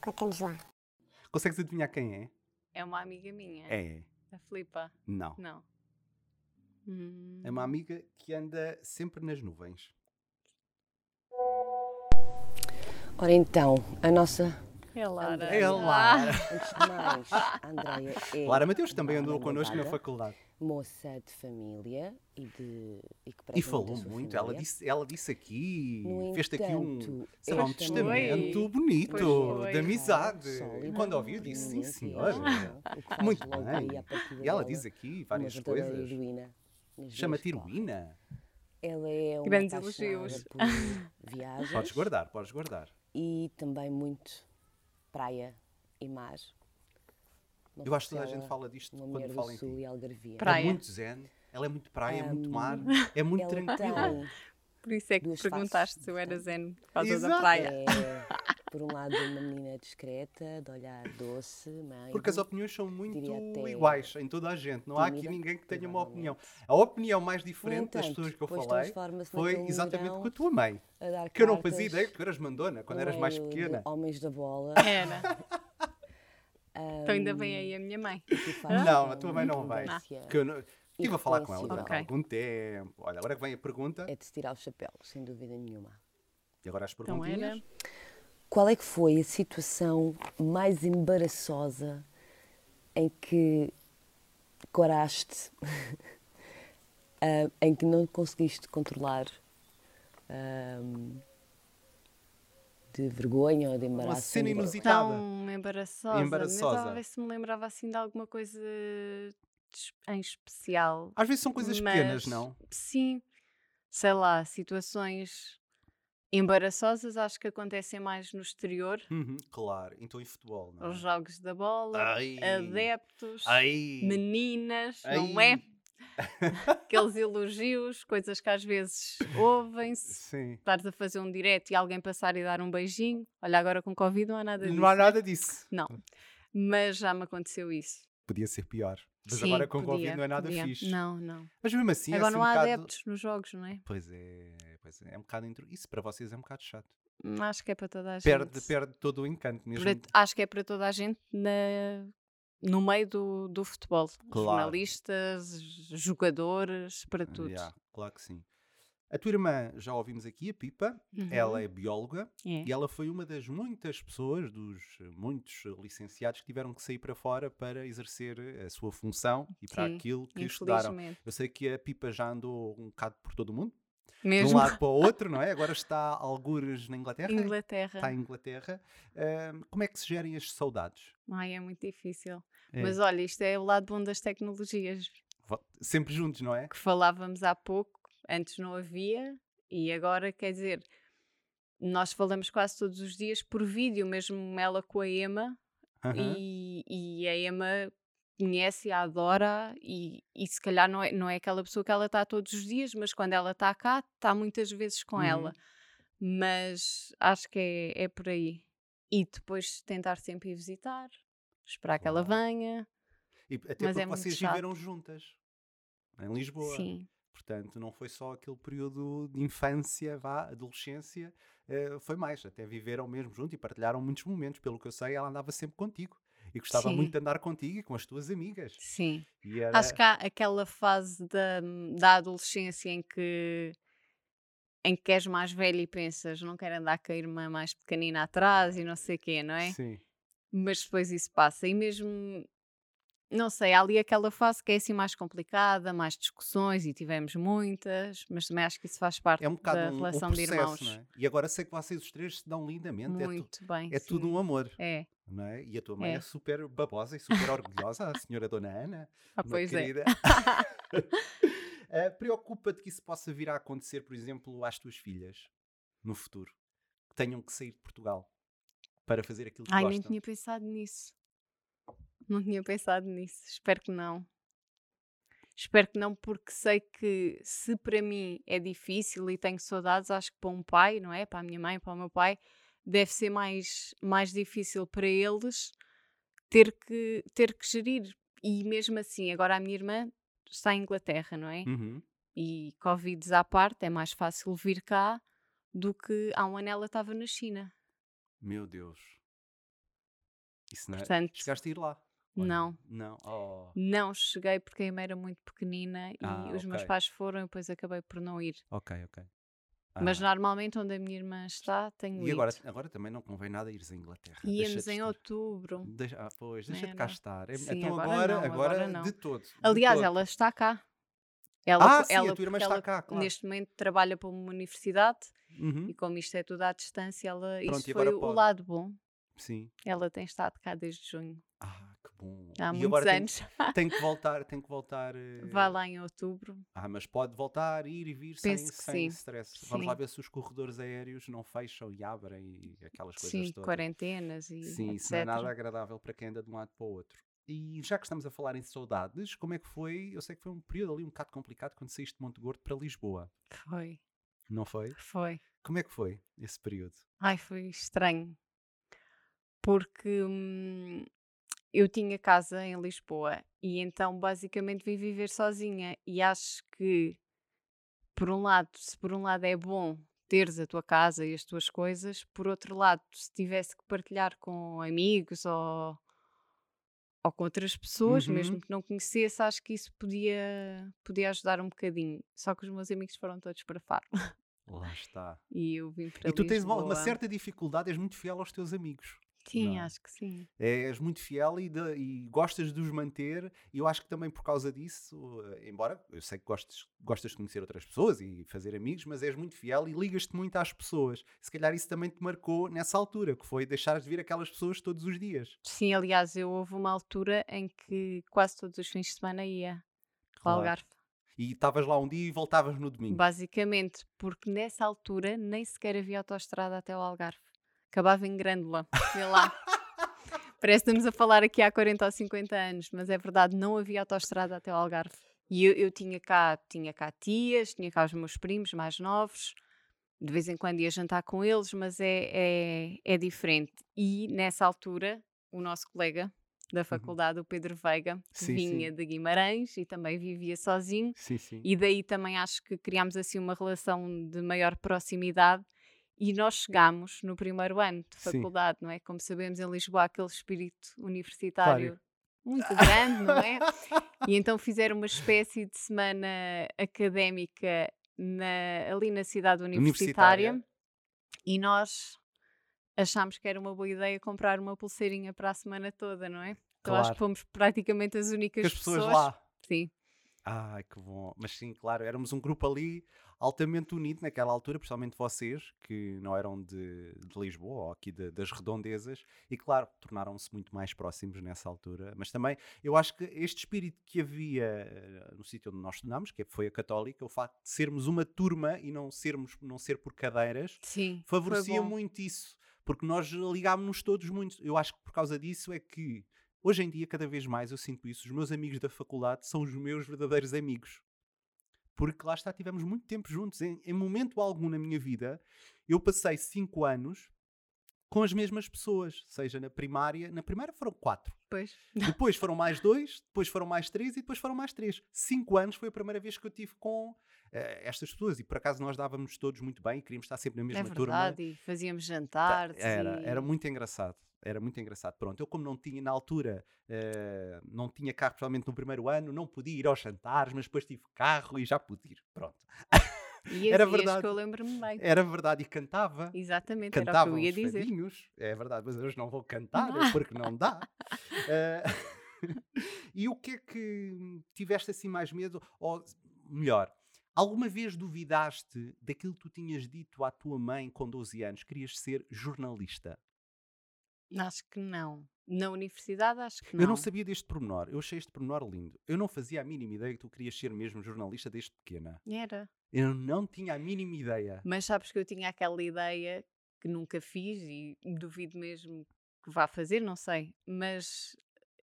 Speaker 4: Conta-nos lá.
Speaker 2: Consegues adivinhar quem é?
Speaker 1: É uma amiga minha.
Speaker 2: É.
Speaker 1: A Filipa.
Speaker 2: Não.
Speaker 1: Não. Hum,
Speaker 2: É uma amiga que anda sempre nas nuvens.
Speaker 11: Ora então, a nossa.
Speaker 1: É Lara.
Speaker 2: É Lara.
Speaker 1: Ah,
Speaker 11: Antes de mais, a Andreia é.
Speaker 2: Lara Mateus também andou
Speaker 11: uma
Speaker 2: connosco na
Speaker 11: namorada,
Speaker 2: faculdade.
Speaker 11: Moça de família e de. E, que preza
Speaker 2: E
Speaker 11: muito a
Speaker 2: falou
Speaker 11: sua
Speaker 2: muito,
Speaker 11: família.
Speaker 2: ela disse, ela disse aqui,
Speaker 11: No
Speaker 2: fez-te aqui um,
Speaker 11: entanto,
Speaker 2: sei lá, um
Speaker 11: esta
Speaker 2: testamento
Speaker 11: mulher- Pois
Speaker 2: bonito,
Speaker 11: foi.
Speaker 2: de amizade.
Speaker 11: Sólida,
Speaker 2: E quando ouviu, disse, sim
Speaker 11: bonita,
Speaker 2: senhora,
Speaker 11: o que faz
Speaker 2: muito
Speaker 11: logo aí à partida
Speaker 2: bem. E ela
Speaker 11: dela
Speaker 2: diz aqui várias
Speaker 11: uma verdadeira
Speaker 2: coisas,
Speaker 11: heroína nas
Speaker 2: chama-te
Speaker 11: vias de corre.
Speaker 2: heroína.
Speaker 11: Ela é uma
Speaker 1: Grandes
Speaker 11: apaixonada
Speaker 1: elogios.
Speaker 11: por viagens.
Speaker 2: Podes guardar, podes guardar.
Speaker 11: E também muito praia e mar. Uma
Speaker 2: Eu acho que toda a
Speaker 11: facela,
Speaker 2: gente fala disto
Speaker 11: uma
Speaker 2: quando
Speaker 11: mulher do
Speaker 2: fala em
Speaker 11: sul
Speaker 2: ti.
Speaker 11: e algarvia.
Speaker 2: É muito zen, ela é muito praia, é muito
Speaker 11: Ahm,
Speaker 2: mar, é muito
Speaker 11: Hum. ela tá
Speaker 2: tranquila.
Speaker 11: tem
Speaker 1: Por isso é que
Speaker 11: duas
Speaker 1: perguntaste
Speaker 11: faces,
Speaker 1: se eu era zen por
Speaker 11: portanto.
Speaker 1: causa da praia.
Speaker 11: É, por um lado, uma menina discreta, de olhar doce, mãe.
Speaker 2: Porque as opiniões são muito
Speaker 11: até
Speaker 2: iguais em toda a gente. Não há aqui
Speaker 11: tímida,
Speaker 2: ninguém que tenha uma opinião. A opinião mais diferente das
Speaker 11: entanto,
Speaker 2: pessoas que eu
Speaker 11: depois
Speaker 2: falei
Speaker 11: transforma-se
Speaker 2: foi
Speaker 11: naquele
Speaker 2: exatamente
Speaker 11: mulherão
Speaker 2: com a tua mãe.
Speaker 11: a dar
Speaker 2: Que eu não fazia
Speaker 11: cartas
Speaker 2: ideia que tu eras mandona quando
Speaker 11: no
Speaker 2: eras mais
Speaker 11: meio de
Speaker 2: pequena.
Speaker 11: Homens da bola. um,
Speaker 1: Era. Então ainda vem aí a minha mãe.
Speaker 2: Não, a tua mãe não vai.
Speaker 1: Não.
Speaker 2: Que eu não... Estive a falar com ela
Speaker 11: Influenciável.
Speaker 2: durante
Speaker 11: Ok.
Speaker 2: algum tempo. Olha, agora que vem a pergunta.
Speaker 11: É de se tirar o chapéu, sem dúvida nenhuma.
Speaker 2: E agora as
Speaker 11: Então
Speaker 2: perguntinhas.
Speaker 11: era- Qual é que foi a situação mais embaraçosa em que coraste, ah, em que não conseguiste controlar ahm, de vergonha ou de embaraço?
Speaker 2: cena
Speaker 11: ou de-
Speaker 2: inusitada.
Speaker 1: Tão embaraçosa. Mas
Speaker 2: Embaraçosa.
Speaker 1: estava a ver se me lembrava assim de alguma coisa de es- em especial.
Speaker 2: Às vezes são coisas pequenas,
Speaker 1: mas,
Speaker 2: não?
Speaker 1: Sim. Sei lá, situações embaraçosas acho que acontecem mais no exterior.
Speaker 2: Uhum, claro, então em futebol, não é?
Speaker 1: Os jogos da bola,
Speaker 2: Ai.
Speaker 1: adeptos,
Speaker 2: Ai.
Speaker 1: meninas, não
Speaker 2: Ai.
Speaker 1: é? Aqueles elogios, coisas que às vezes ouvem-se.
Speaker 2: Sim.
Speaker 1: Estás a fazer um direto e alguém passar e dar um beijinho. Olha, agora com Covid não há nada disso.
Speaker 2: Não há nada disso.
Speaker 1: Não. Mas já me aconteceu isso.
Speaker 2: Podia ser pior. Mas
Speaker 1: Sim,
Speaker 2: agora com o
Speaker 1: podia,
Speaker 2: Covid não é nada
Speaker 1: podia.
Speaker 2: fixe.
Speaker 1: Não, não.
Speaker 2: Mas mesmo assim é
Speaker 1: Agora
Speaker 2: assim
Speaker 1: não
Speaker 2: um
Speaker 1: há
Speaker 2: bocado-
Speaker 1: adeptos nos jogos, não é?
Speaker 2: Pois é, pois é. É um bocado intro... Isso para vocês é um bocado chato.
Speaker 1: Acho que é para toda a
Speaker 2: Perde,
Speaker 1: gente.
Speaker 2: perde todo o encanto mesmo.
Speaker 1: Para- acho que é para toda a gente na- no meio do, do futebol.
Speaker 2: Claro.
Speaker 1: Jornalistas, jogadores, para tudo.
Speaker 2: Ah, Yeah, claro que sim. A tua irmã, já ouvimos aqui, a Pipa, ela é
Speaker 1: Uhum.
Speaker 2: bióloga
Speaker 1: É.
Speaker 2: e ela foi uma das muitas pessoas, dos eh, muitos eh, licenciados que tiveram que sair para fora para exercer a sua função e para
Speaker 1: Sim,
Speaker 2: aquilo que estudaram.
Speaker 1: infelizmente.
Speaker 2: Eu sei que a Pipa já andou um bocado por todo o mundo, de um
Speaker 1: Mesmo.
Speaker 2: lado para o outro, não é? Agora está a algures na Inglaterra.
Speaker 1: Inglaterra.
Speaker 2: Está em Inglaterra. Ahm, como é que se gerem as saudades?
Speaker 1: Ai, é muito difícil.
Speaker 2: É.
Speaker 1: Mas olha, isto é o lado bom das tecnologias.
Speaker 2: Vo- Sempre juntos, não é?
Speaker 1: que falávamos há pouco, antes não havia, e agora quer dizer, nós falamos quase todos os dias por vídeo, mesmo ela com a Ema,
Speaker 2: Aham.
Speaker 1: e, e a Ema conhece, a adora, e, e se calhar não é, não é aquela pessoa que ela está todos os dias, mas quando ela está cá, está muitas vezes com
Speaker 2: Uhum.
Speaker 1: ela. Mas acho que é, é por aí. E depois tentar sempre ir visitar, esperar que ela venha.
Speaker 2: E p- até
Speaker 1: Mas
Speaker 2: porque
Speaker 1: é muito
Speaker 2: vocês
Speaker 1: chato.
Speaker 2: viveram juntas em Lisboa.
Speaker 1: Sim.
Speaker 2: Portanto, não foi só aquele período de infância, vá, adolescência, eh, foi mais. Até viveram mesmo junto e partilharam muitos momentos. Pelo que eu sei, ela andava sempre contigo. E gostava
Speaker 1: Sim.
Speaker 2: muito de andar contigo e com as tuas amigas.
Speaker 1: Sim.
Speaker 2: E era...
Speaker 1: Acho que há aquela fase da, da adolescência em que em que és mais velho e pensas não quero andar com a irmã mais pequenina atrás e não sei quê, não é?
Speaker 2: Sim.
Speaker 1: Mas depois isso passa e mesmo não sei, há ali aquela fase que é assim mais complicada, mais discussões e tivemos muitas, mas também acho que isso faz parte
Speaker 2: É um bocado
Speaker 1: da
Speaker 2: um, o
Speaker 1: relação de
Speaker 2: processo,
Speaker 1: irmãos.
Speaker 2: não é? E agora sei que vocês os três se dão lindamente. é tu-
Speaker 1: Muito bem.
Speaker 2: É tudo
Speaker 1: sim.
Speaker 2: um amor.
Speaker 1: É.
Speaker 2: Não é? E a tua mãe é.
Speaker 1: É.
Speaker 2: super babosa e super orgulhosa, a senhora Dona Ana.
Speaker 1: Ah,
Speaker 2: uma
Speaker 1: pois é.
Speaker 2: querida. Eh, Preocupa-te que isso possa vir a acontecer, por exemplo, às tuas filhas no futuro, que tenham que sair de Portugal para fazer aquilo que
Speaker 1: Ai, nem
Speaker 2: gostam.
Speaker 1: tinha pensado nisso. Não tinha pensado nisso. Espero que não. Espero que não, porque sei que se para mim é difícil e tenho saudades, acho que para um pai, não é? Para a minha mãe, para o meu pai, deve ser mais, mais difícil para eles ter que, ter que gerir. E mesmo assim, agora a minha irmã está em Inglaterra, não é?
Speaker 2: Uhum.
Speaker 1: E Covid à parte, é mais fácil vir cá do que há um ano ela estava na China.
Speaker 2: Meu Deus. Isso não é...
Speaker 1: Portanto,
Speaker 2: Chegaste a ir lá?
Speaker 1: Não.
Speaker 2: Não. Oh.
Speaker 1: Não cheguei porque a Emma era muito pequenina e
Speaker 2: Ah,
Speaker 1: os meus
Speaker 2: ok.
Speaker 1: pais foram e depois acabei por não ir.
Speaker 2: Ok, ok.
Speaker 1: Mas normalmente onde a minha irmã está, tenho
Speaker 2: Ah. E agora,
Speaker 1: ido.
Speaker 2: agora também não convém nada ires à Inglaterra.
Speaker 1: Íamos
Speaker 2: Deixa-te
Speaker 1: em
Speaker 2: estar.
Speaker 1: outubro.
Speaker 2: Deixa- ah, pois, deixa de
Speaker 1: Era.
Speaker 2: cá estar. É-
Speaker 1: Sim,
Speaker 2: então
Speaker 1: agora
Speaker 2: agora,
Speaker 1: não,
Speaker 2: agora,
Speaker 1: agora não.
Speaker 2: de todo. de
Speaker 1: Aliás,
Speaker 2: todo.
Speaker 1: ela está cá. Ela,
Speaker 2: Ah, sim, a
Speaker 1: ela,
Speaker 2: tua irmã
Speaker 1: porque
Speaker 2: está
Speaker 1: ela
Speaker 2: cá, claro.
Speaker 1: Neste momento trabalha para uma universidade
Speaker 2: Uhum.
Speaker 1: e como isto é tudo à distância, ela,
Speaker 2: Pronto,
Speaker 1: isso
Speaker 2: e
Speaker 1: foi
Speaker 2: agora
Speaker 1: o
Speaker 2: pode.
Speaker 1: lado bom.
Speaker 2: Sim.
Speaker 1: Ela tem estado cá desde junho.
Speaker 2: Ah, que bom.
Speaker 1: Há
Speaker 2: e
Speaker 1: muitos
Speaker 2: agora tem-
Speaker 1: anos.
Speaker 2: Tem, que voltar, tem que voltar. eh,
Speaker 1: Vai lá em outubro.
Speaker 2: Ah, mas pode voltar, ir e vir sem,
Speaker 1: Penso que
Speaker 2: sem
Speaker 1: sim.
Speaker 2: stress. Vamos
Speaker 1: Sim.
Speaker 2: lá ver se os corredores aéreos não fecham e abrem e aquelas coisas
Speaker 1: Sim,
Speaker 2: todas.
Speaker 1: quarentenas e
Speaker 2: Sim,
Speaker 1: etc.
Speaker 2: isso não é nada agradável para quem anda de um lado para o outro. E já que estamos a falar em saudades, como é que foi? Eu sei que foi um período ali um bocado complicado quando saíste de Montegordo para Lisboa,
Speaker 1: Foi,
Speaker 2: não foi?
Speaker 1: foi.
Speaker 2: Como é que foi esse período?
Speaker 1: Ai, foi estranho. Porque hum, eu tinha casa em Lisboa e então basicamente vim viver sozinha. E acho que, por um lado, se por um lado é bom teres a tua casa e as tuas coisas, por outro lado, se tivesse que partilhar com amigos ou, ou com outras pessoas,
Speaker 12: Uhum.
Speaker 1: mesmo que não conhecesse, acho que isso podia, podia ajudar um bocadinho. Só que os meus amigos foram todos para Faro.
Speaker 2: Lá está.
Speaker 1: E eu vim para
Speaker 2: E tu tens uma, uma
Speaker 1: Lisboa.
Speaker 2: certa dificuldade, és muito fiel aos teus amigos.
Speaker 1: Sim,
Speaker 2: não é?
Speaker 1: acho que sim.
Speaker 2: És muito fiel e, de- e gostas de os manter, e eu acho que também por causa disso, eh, embora eu sei que gostes, gostas de conhecer outras pessoas e fazer amigos, mas és muito fiel e ligas-te muito às pessoas. Se calhar isso também te marcou nessa altura, que foi deixares de vir aquelas pessoas todos os dias.
Speaker 1: Sim, aliás, eu houve uma altura em que quase todos os fins de semana ia ao
Speaker 2: Claro.
Speaker 1: Algarve.
Speaker 2: E estavas lá um dia e voltavas no
Speaker 12: Hum.
Speaker 2: domingo.
Speaker 1: Basicamente, porque nessa altura nem sequer havia autoestrada até ao Algarve. Acabava em Grândola. Vê lá. Parece que estamos a falar aqui há 40 ou 50 anos, mas é verdade, não havia autoestrada até ao Algarve. E eu, eu tinha, cá, tinha cá tias, tinha cá os meus primos mais novos, de vez em quando ia jantar com eles, mas é, é, é diferente. E nessa altura, o nosso colega da faculdade, o Pedro Veiga, que
Speaker 12: Uhum. Sim, sim.
Speaker 1: vinha de Guimarães e também vivia sozinho,
Speaker 2: Sim, sim.
Speaker 1: e daí também acho que criámos assim uma relação de maior proximidade. E nós chegámos no primeiro ano de
Speaker 12: Sim.
Speaker 1: faculdade, não é? Como sabemos, em Lisboa há aquele espírito universitário
Speaker 12: Claro.
Speaker 1: muito grande, não é? E então fizeram uma espécie de semana académica na- ali na cidade universitária,
Speaker 12: Universitária.
Speaker 1: e nós achámos que era uma boa ideia comprar uma pulseirinha para a semana toda, não é? Então acho
Speaker 2: Claro.
Speaker 1: que fomos praticamente as únicas
Speaker 2: Que as pessoas lá.
Speaker 1: Sim.
Speaker 2: Ai, que bom. Mas sim, claro, éramos um grupo ali altamente unido naquela altura, principalmente vocês, que não eram de, de Lisboa ou aqui da- das redondezas, e claro, tornaram-se muito mais próximos nessa altura. Mas também eu acho que este espírito que havia eh, no sítio onde nós estudámos, que foi a Católica, o facto de sermos uma turma e não sermos não ser por cadeiras,
Speaker 1: Sim, foi
Speaker 2: favorecia
Speaker 1: bom.
Speaker 2: muito isso, porque nós ligámos-nos todos muito. Eu acho que por causa disso é que hoje em dia, cada vez mais, eu sinto isso. Os meus amigos da faculdade são os meus verdadeiros amigos. Porque lá está, tivemos muito tempo juntos. Em, em momento algum na minha vida, eu passei cinco anos com as mesmas pessoas, seja na primária, na primária foram quatro,
Speaker 1: Pois.
Speaker 2: depois foram mais dois, depois foram mais três e depois foram mais três. Cinco anos foi a primeira vez que eu tive com eh, estas pessoas e por acaso nós dávamos todos muito bem e queríamos estar sempre na mesma
Speaker 1: É
Speaker 2: turma. Tá,
Speaker 1: verdade, e fazíamos jantares.
Speaker 2: Era,
Speaker 1: e...
Speaker 2: era muito engraçado. Era muito engraçado. Pronto, eu como não tinha na altura, eh, não tinha carro, principalmente no primeiro ano, não podia ir aos jantares, mas depois tive carro e já pude ir. Pronto.
Speaker 1: E
Speaker 2: era
Speaker 1: as ias
Speaker 2: verdade. É,
Speaker 1: que eu lembro-me bem.
Speaker 2: Era verdade e cantava.
Speaker 1: Exatamente,
Speaker 2: cantava
Speaker 1: era o que eu ia
Speaker 2: uns
Speaker 1: dizer.
Speaker 2: fadinhos. É verdade, mas hoje não vou cantar é
Speaker 1: Não dá.
Speaker 2: porque não dá. Eh, e o que é que tiveste assim mais medo? Ou melhor, alguma vez duvidaste daquilo que tu tinhas dito à tua mãe com 12 anos? Querias ser jornalista?
Speaker 1: Acho que não. Na universidade, acho que não.
Speaker 2: Eu não sabia deste pormenor. Eu achei este pormenor lindo. Eu não fazia a mínima ideia que tu querias ser mesmo jornalista desde pequena.
Speaker 1: Era.
Speaker 2: Eu não tinha a mínima ideia.
Speaker 1: Mas sabes que eu tinha aquela ideia que nunca fiz e duvido mesmo que vá fazer, não sei. Mas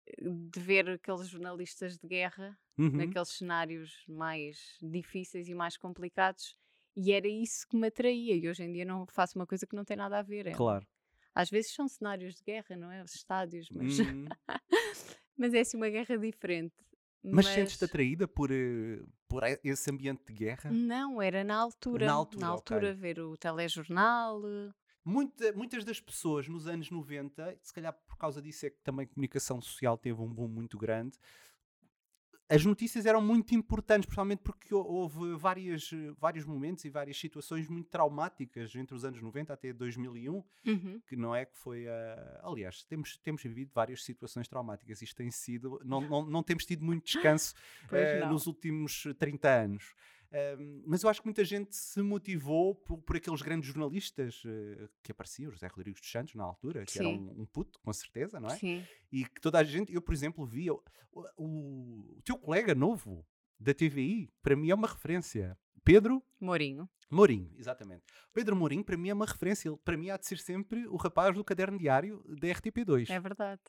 Speaker 1: eh, de ver aqueles jornalistas de guerra
Speaker 12: Uhum.
Speaker 1: naqueles cenários mais difíceis e mais complicados. E era isso que me atraía. E hoje em dia não faço uma coisa que não tem nada a ver. é-
Speaker 2: Claro.
Speaker 1: Às vezes são cenários de guerra, não é? Os estádios, mas,
Speaker 2: Uhum.
Speaker 1: mas é assim uma guerra diferente.
Speaker 2: Mas, sentes-te atraída por, eh, por e- esse ambiente de guerra?
Speaker 1: Não, era na altura.
Speaker 2: Na altura,
Speaker 1: altura,
Speaker 2: ok.
Speaker 1: ver o telejornal. eh,
Speaker 2: Muita- muitas das pessoas nos anos 90, se calhar por causa disso é que também a comunicação social teve um boom muito grande, as notícias eram muito importantes, principalmente porque hou- houve várias, eh, vários momentos e várias situações muito traumáticas entre os anos 90 até 2001,
Speaker 1: Uhum.
Speaker 2: que não é que foi a. Aliás, temos, temos vivido várias situações traumáticas. Isto tem sido. Não, não, não temos tido muito descanso
Speaker 1: Pois
Speaker 2: eh,
Speaker 1: não.
Speaker 2: nos últimos 30 anos. Ahm, mas eu acho que muita gente se motivou por, por aqueles grandes jornalistas eh, que apareciam, José Rodrigues dos Santos, na altura, que era
Speaker 1: Sim.
Speaker 2: um, um puto, com certeza, não é?
Speaker 1: Sim.
Speaker 2: E que toda a gente, eu, por exemplo, via o, o- o teu colega novo da TVI, para mim é uma referência. Pedro
Speaker 1: Mourinho.
Speaker 2: Mourinho, exatamente. Pedro Mourinho, para mim, é uma referência. Ele, para mim, há de ser sempre o rapaz do caderno diário da RTP2.
Speaker 1: É verdade.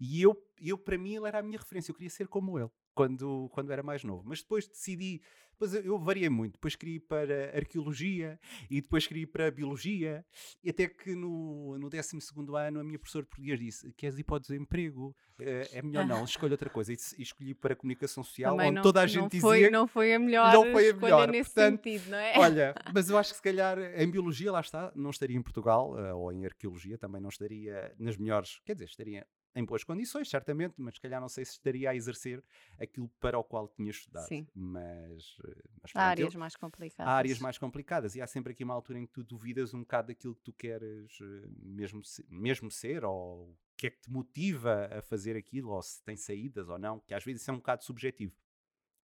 Speaker 2: E eu, eu, para mim, ele era a minha referência. Eu queria ser como ele quando, quando era mais novo. Mas depois decidi. Depois eu- eu variei muito. Depois queria ir para arqueologia e depois queria ir para biologia. E até que no, no 12 ano a minha professora de português disse: Queres ir para o desemprego? Eh, É melhor não, escolha outra coisa. E, dec- e escolhi para a comunicação social,
Speaker 1: Também
Speaker 2: onde
Speaker 1: não-
Speaker 2: toda a
Speaker 1: não
Speaker 2: gente dizia.
Speaker 1: foi- não foi a melhor
Speaker 2: não foi a
Speaker 1: escolha
Speaker 2: melhor.
Speaker 1: nesse
Speaker 2: Portanto,
Speaker 1: sentido, não é?
Speaker 2: Olha, mas eu acho que se calhar em biologia, lá está, não estaria em Portugal, eh, ou em arqueologia também não estaria nas melhores, quer dizer, estaria em boas condições, certamente, mas se calhar não sei se estaria a exercer aquilo para o qual tinha estudado.
Speaker 1: Sim.
Speaker 2: Mas, eh,
Speaker 1: Há
Speaker 2: mas pronto, eu-
Speaker 1: áreas mais complicadas.
Speaker 2: Há áreas mais complicadas e há sempre aqui uma altura em que tu duvidas um bocado daquilo que tu queres eh, mesmo, se- mesmo ser ou o que é que te motiva a fazer aquilo ou se tem saídas ou não, que às vezes isso é um bocado subjetivo.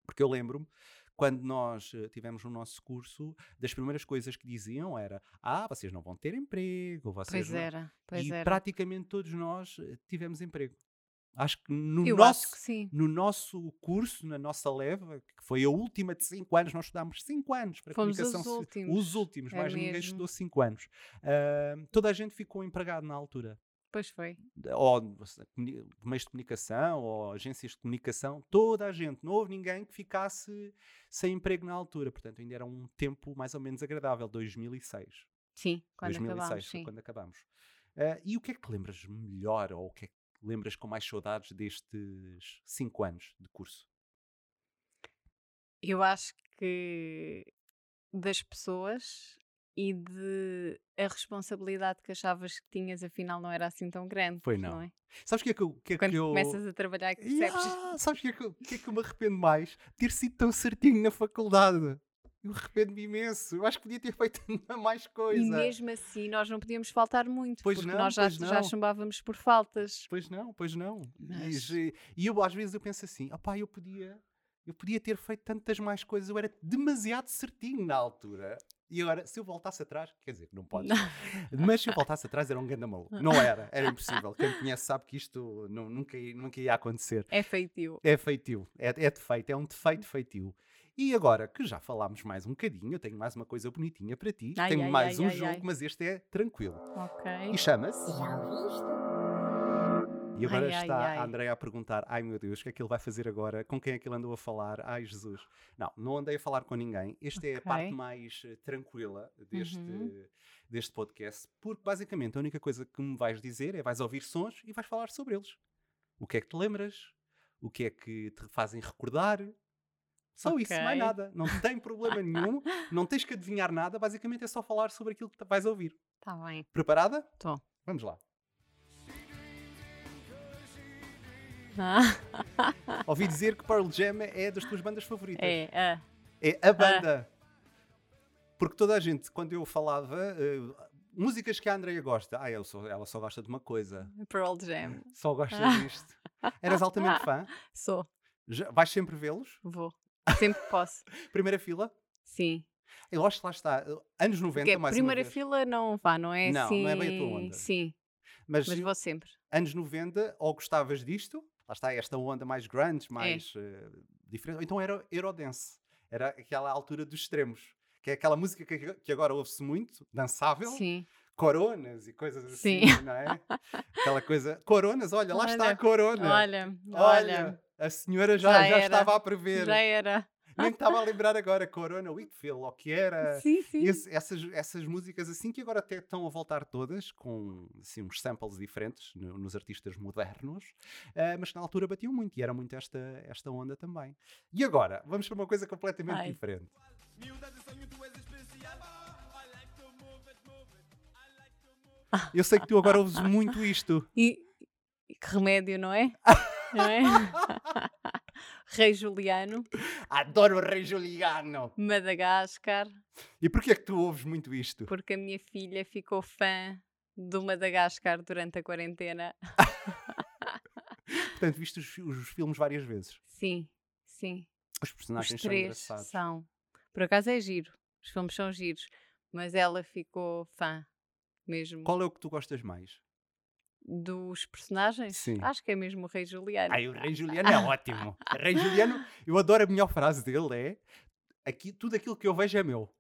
Speaker 2: Porque eu lembro-me quando nós eh, tivemos o nosso curso, das primeiras coisas que diziam era: Ah, vocês não vão ter emprego, vocês.
Speaker 1: Pois
Speaker 2: não-" é?
Speaker 1: era, pois
Speaker 2: e
Speaker 1: era.
Speaker 2: praticamente todos nós eh, tivemos emprego. Acho que no
Speaker 1: Eu
Speaker 2: nosso,
Speaker 1: acho que sim.
Speaker 2: no nosso curso, na nossa leva, que foi a última de 5 anos, nós estudámos 5 anos para
Speaker 1: Fomos
Speaker 2: comunicação
Speaker 1: os
Speaker 2: so-
Speaker 1: últimos,
Speaker 2: Os últimos,
Speaker 1: é
Speaker 2: mais ninguém
Speaker 1: mesmo.
Speaker 2: estudou 5 anos. Ah, toda a gente ficou empregado na altura.
Speaker 1: Pois foi.
Speaker 2: Ou comuni- meios de comunicação, ou agências de comunicação, toda a gente. Não houve ninguém que ficasse sem emprego na altura. Portanto, ainda era um tempo mais ou menos agradável, 2006.
Speaker 1: Sim, quando
Speaker 2: 2006
Speaker 1: acabámos,
Speaker 2: foi
Speaker 1: sim.
Speaker 2: quando acabámos. Ah, e o que é que te lembras melhor, ou o que é que te lembras com mais saudades destes 5 anos de curso?
Speaker 1: Eu acho que das pessoas e de a responsabilidade que achavas que tinhas, afinal não era assim tão grande.
Speaker 2: Foi
Speaker 1: não
Speaker 2: não.
Speaker 1: é?
Speaker 2: Sabes o que é que eu. o Que é
Speaker 1: Quando
Speaker 2: que eu...
Speaker 1: começas a trabalhar é que
Speaker 2: Yeah,
Speaker 1: percebes.
Speaker 2: Sabes o que, é que, eu- o que é que eu me arrependo mais? Ter sido tão certinho na faculdade. Eu arrependo-me imenso. Eu acho que podia ter feito ainda mais coisa.
Speaker 1: E mesmo assim nós não podíamos faltar muito,
Speaker 2: é. Pois
Speaker 1: porque
Speaker 2: não,
Speaker 1: nós já,
Speaker 2: pois
Speaker 1: já
Speaker 2: não.
Speaker 1: chumbávamos por faltas.
Speaker 2: Pois não, pois não.
Speaker 1: Mas-
Speaker 2: E, ge- e eu às vezes eu penso assim, opá, eu podia, eu podia ter feito tantas mais coisas, eu era demasiado certinho na altura. E agora, se eu voltasse atrás, quer dizer, não podes, mas se eu voltasse atrás era um ganda maluco. Não era, era impossível. Quem me conhece sabe que isto nu- nunca, i- nunca ia acontecer.
Speaker 1: É feitio.
Speaker 2: É feitio, é, é defeito, é um defeito feitio. E agora que já falámos mais um bocadinho, eu tenho mais uma coisa bonitinha para ti.
Speaker 1: Ai,
Speaker 2: tenho
Speaker 1: ai,
Speaker 2: mais
Speaker 1: ai,
Speaker 2: um
Speaker 1: ai,
Speaker 2: jogo,
Speaker 1: ai.
Speaker 2: mas este é tranquilo.
Speaker 1: Ok.
Speaker 2: E chama-se.
Speaker 4: Já ouviste?
Speaker 2: E agora
Speaker 1: Ai, ai,
Speaker 2: está
Speaker 1: ai.
Speaker 2: a Andréia a perguntar: ai meu Deus, o que é que ele vai fazer agora? Com quem é que ele andou a falar? Ai Jesus. Não, não andei a falar com ninguém. Esta é a parte
Speaker 1: Ok.
Speaker 2: mais eh, tranquila deste,
Speaker 1: Uhum.
Speaker 2: deste podcast, porque basicamente a única coisa que me vais dizer é vais ouvir sons e vais falar sobre eles. O que é que te lembras? O que é que te fazem recordar? Só isso,
Speaker 1: Ok.
Speaker 2: mais nada. Não tem problema nenhum, não tens que adivinhar nada, basicamente é só falar sobre aquilo que te- vais ouvir.
Speaker 1: Está Tá bem.
Speaker 2: Preparada?
Speaker 1: Estou.
Speaker 2: Vamos lá. Ouvi dizer que Pearl Jam é das tuas bandas favoritas.
Speaker 1: é, ah,
Speaker 2: É a banda. Porque toda a gente, quando eu falava, eh, músicas que a Andrea gosta, ah, eu sou- ela só gosta de uma coisa,
Speaker 1: Pearl Jam.
Speaker 2: só gosta
Speaker 1: Ah.
Speaker 2: disto. Eras altamente fã?
Speaker 1: Sou,
Speaker 2: Já- vais sempre vê-los?
Speaker 1: vou. Sempre que posso.
Speaker 2: Primeira fila?
Speaker 1: Sim.
Speaker 2: Eu acho que lá está, eh, anos 90
Speaker 1: Porque a
Speaker 2: mais
Speaker 1: primeira
Speaker 2: uma vez.
Speaker 1: fila não vá, não é
Speaker 2: Não,
Speaker 1: assim?
Speaker 2: não é bem a tua onda.
Speaker 1: Sim,
Speaker 2: Mas,
Speaker 1: mas vou sempre.
Speaker 2: anos 90, ou gostavas disto, lá está esta onda mais grunge, mais eh, diferente, ou então era Eurodance. Era aquela altura dos extremos. Que é aquela música que, que agora ouve-se muito, dançável,
Speaker 1: Sim.
Speaker 2: coronas e coisas
Speaker 1: Sim.
Speaker 2: assim, não é? Aquela coisa. Coronas, olha, lá está a
Speaker 1: Olha,
Speaker 2: corona.
Speaker 1: Olha, olha,
Speaker 2: Olha, a senhora já,
Speaker 1: já
Speaker 2: já,
Speaker 1: era,
Speaker 2: estava a prever.
Speaker 1: já era.
Speaker 2: Nem me estava a lembrar agora, Corona Whitfield, ou que era.
Speaker 1: Sim, sim.
Speaker 2: Esse- essas, essas músicas assim que agora até estão a voltar todas com assim, uns samples diferentes no- nos artistas modernos, ah, mas que na altura batiam muito e era muito esta, esta onda também. E agora, vamos para uma coisa completamente
Speaker 1: Ai.
Speaker 2: diferente. Eu sei que tu agora ouves muito isto.
Speaker 1: E, e que remédio, não é? não é? Rei Juliano,
Speaker 2: Adoro o Rei Juliano!
Speaker 1: Madagascar,
Speaker 2: E porquê é que tu ouves muito isto?
Speaker 1: porque a minha filha ficou fã do Madagascar durante a quarentena.
Speaker 2: Portanto, viste os, os filmes várias vezes.
Speaker 1: Sim, sim.
Speaker 2: Os personagens
Speaker 1: Os
Speaker 2: são
Speaker 1: três
Speaker 2: engraçados.
Speaker 1: são. Por acaso é giro. Os filmes são giros. Mas ela ficou fã mesmo
Speaker 2: Qual é o que tu gostas mais?
Speaker 1: dos personagens.
Speaker 2: Sim.
Speaker 1: Acho que é mesmo o Rei Juliano.
Speaker 2: Ai, o Rei Juliano é ótimo. O Rei Juliano, eu adoro a melhor frase dele, é aqui, tudo aquilo que eu vejo é meu.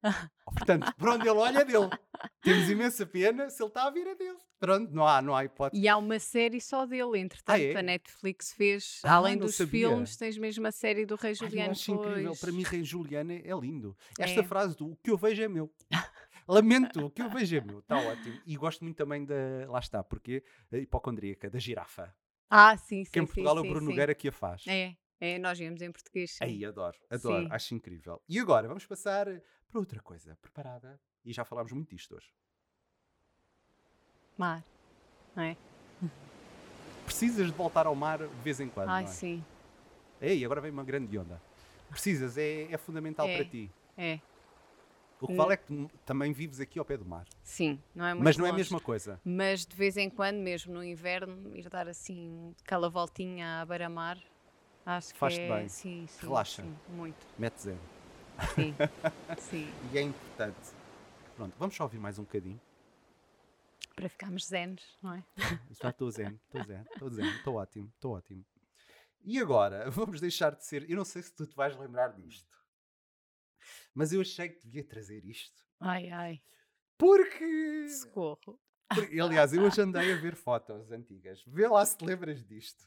Speaker 2: Portanto, por onde ele olha é dele. Temos imensa pena, se ele está a vir é dele. Pronto, não há, não há hipótese.
Speaker 1: E há uma série só dele, entretanto,
Speaker 2: Ah, é?
Speaker 1: a Netflix fez,
Speaker 2: Ah,
Speaker 1: além
Speaker 2: não
Speaker 1: dos
Speaker 2: sabia.
Speaker 1: filmes, tens mesmo a série do Rei
Speaker 2: Ai, eu
Speaker 1: Juliano.
Speaker 2: acho incrível.
Speaker 1: pois.
Speaker 2: Para mim, Rei Juliano é é lindo. Esta
Speaker 1: É.
Speaker 2: frase do o que eu vejo é meu. Lamento, o que eu vejo é meu. Está ótimo. E gosto muito também da. Lá está, porque a hipocondríaca, da girafa.
Speaker 1: Ah, sim, sim.
Speaker 2: que em
Speaker 1: sim,
Speaker 2: Portugal é o
Speaker 1: sim,
Speaker 2: Bruno
Speaker 1: sim.
Speaker 2: Nogueira que a faz.
Speaker 1: É, é, nós vemos em português. sim.
Speaker 2: Aí, adoro, adoro,
Speaker 1: Sim.
Speaker 2: acho incrível. E agora vamos passar para outra coisa preparada. E já falámos muito disto hoje. é.
Speaker 1: Mar, não é?
Speaker 2: Precisas de voltar ao mar de vez em quando.
Speaker 1: Ai,
Speaker 2: não é?
Speaker 1: sim,
Speaker 2: Ei, agora vem uma grande onda. Precisas, é, é fundamental
Speaker 1: É.
Speaker 2: para ti.
Speaker 1: é.
Speaker 2: O que
Speaker 1: Hum.
Speaker 2: vale é que tu também vives aqui ao pé do mar.
Speaker 1: Sim, não é muito
Speaker 2: Mas não é a
Speaker 1: longe.
Speaker 2: mesma coisa.
Speaker 1: Mas de vez em quando, mesmo no inverno, ir dar assim aquela voltinha à beira-mar, acho
Speaker 2: Faz-te
Speaker 1: que é...
Speaker 2: bem.
Speaker 1: Sim, sim,
Speaker 2: Relaxa.
Speaker 1: sim, muito.
Speaker 2: Mete zero.
Speaker 1: Sim, sim.
Speaker 2: E é importante. Pronto, vamos só ouvir mais um bocadinho.
Speaker 1: Para ficarmos zenos, não é?
Speaker 2: Já estou zen, estou zen, estou zen, estou ótimo, estou ótimo. E agora, vamos deixar de ser. Eu não sei se tu te vais lembrar disto, mas eu achei que devia trazer isto.
Speaker 1: Ai, ai,
Speaker 2: Porque.
Speaker 1: socorro.
Speaker 2: porque- Aliás, eu hoje andei a ver fotos antigas. Vê lá se te lembras disto.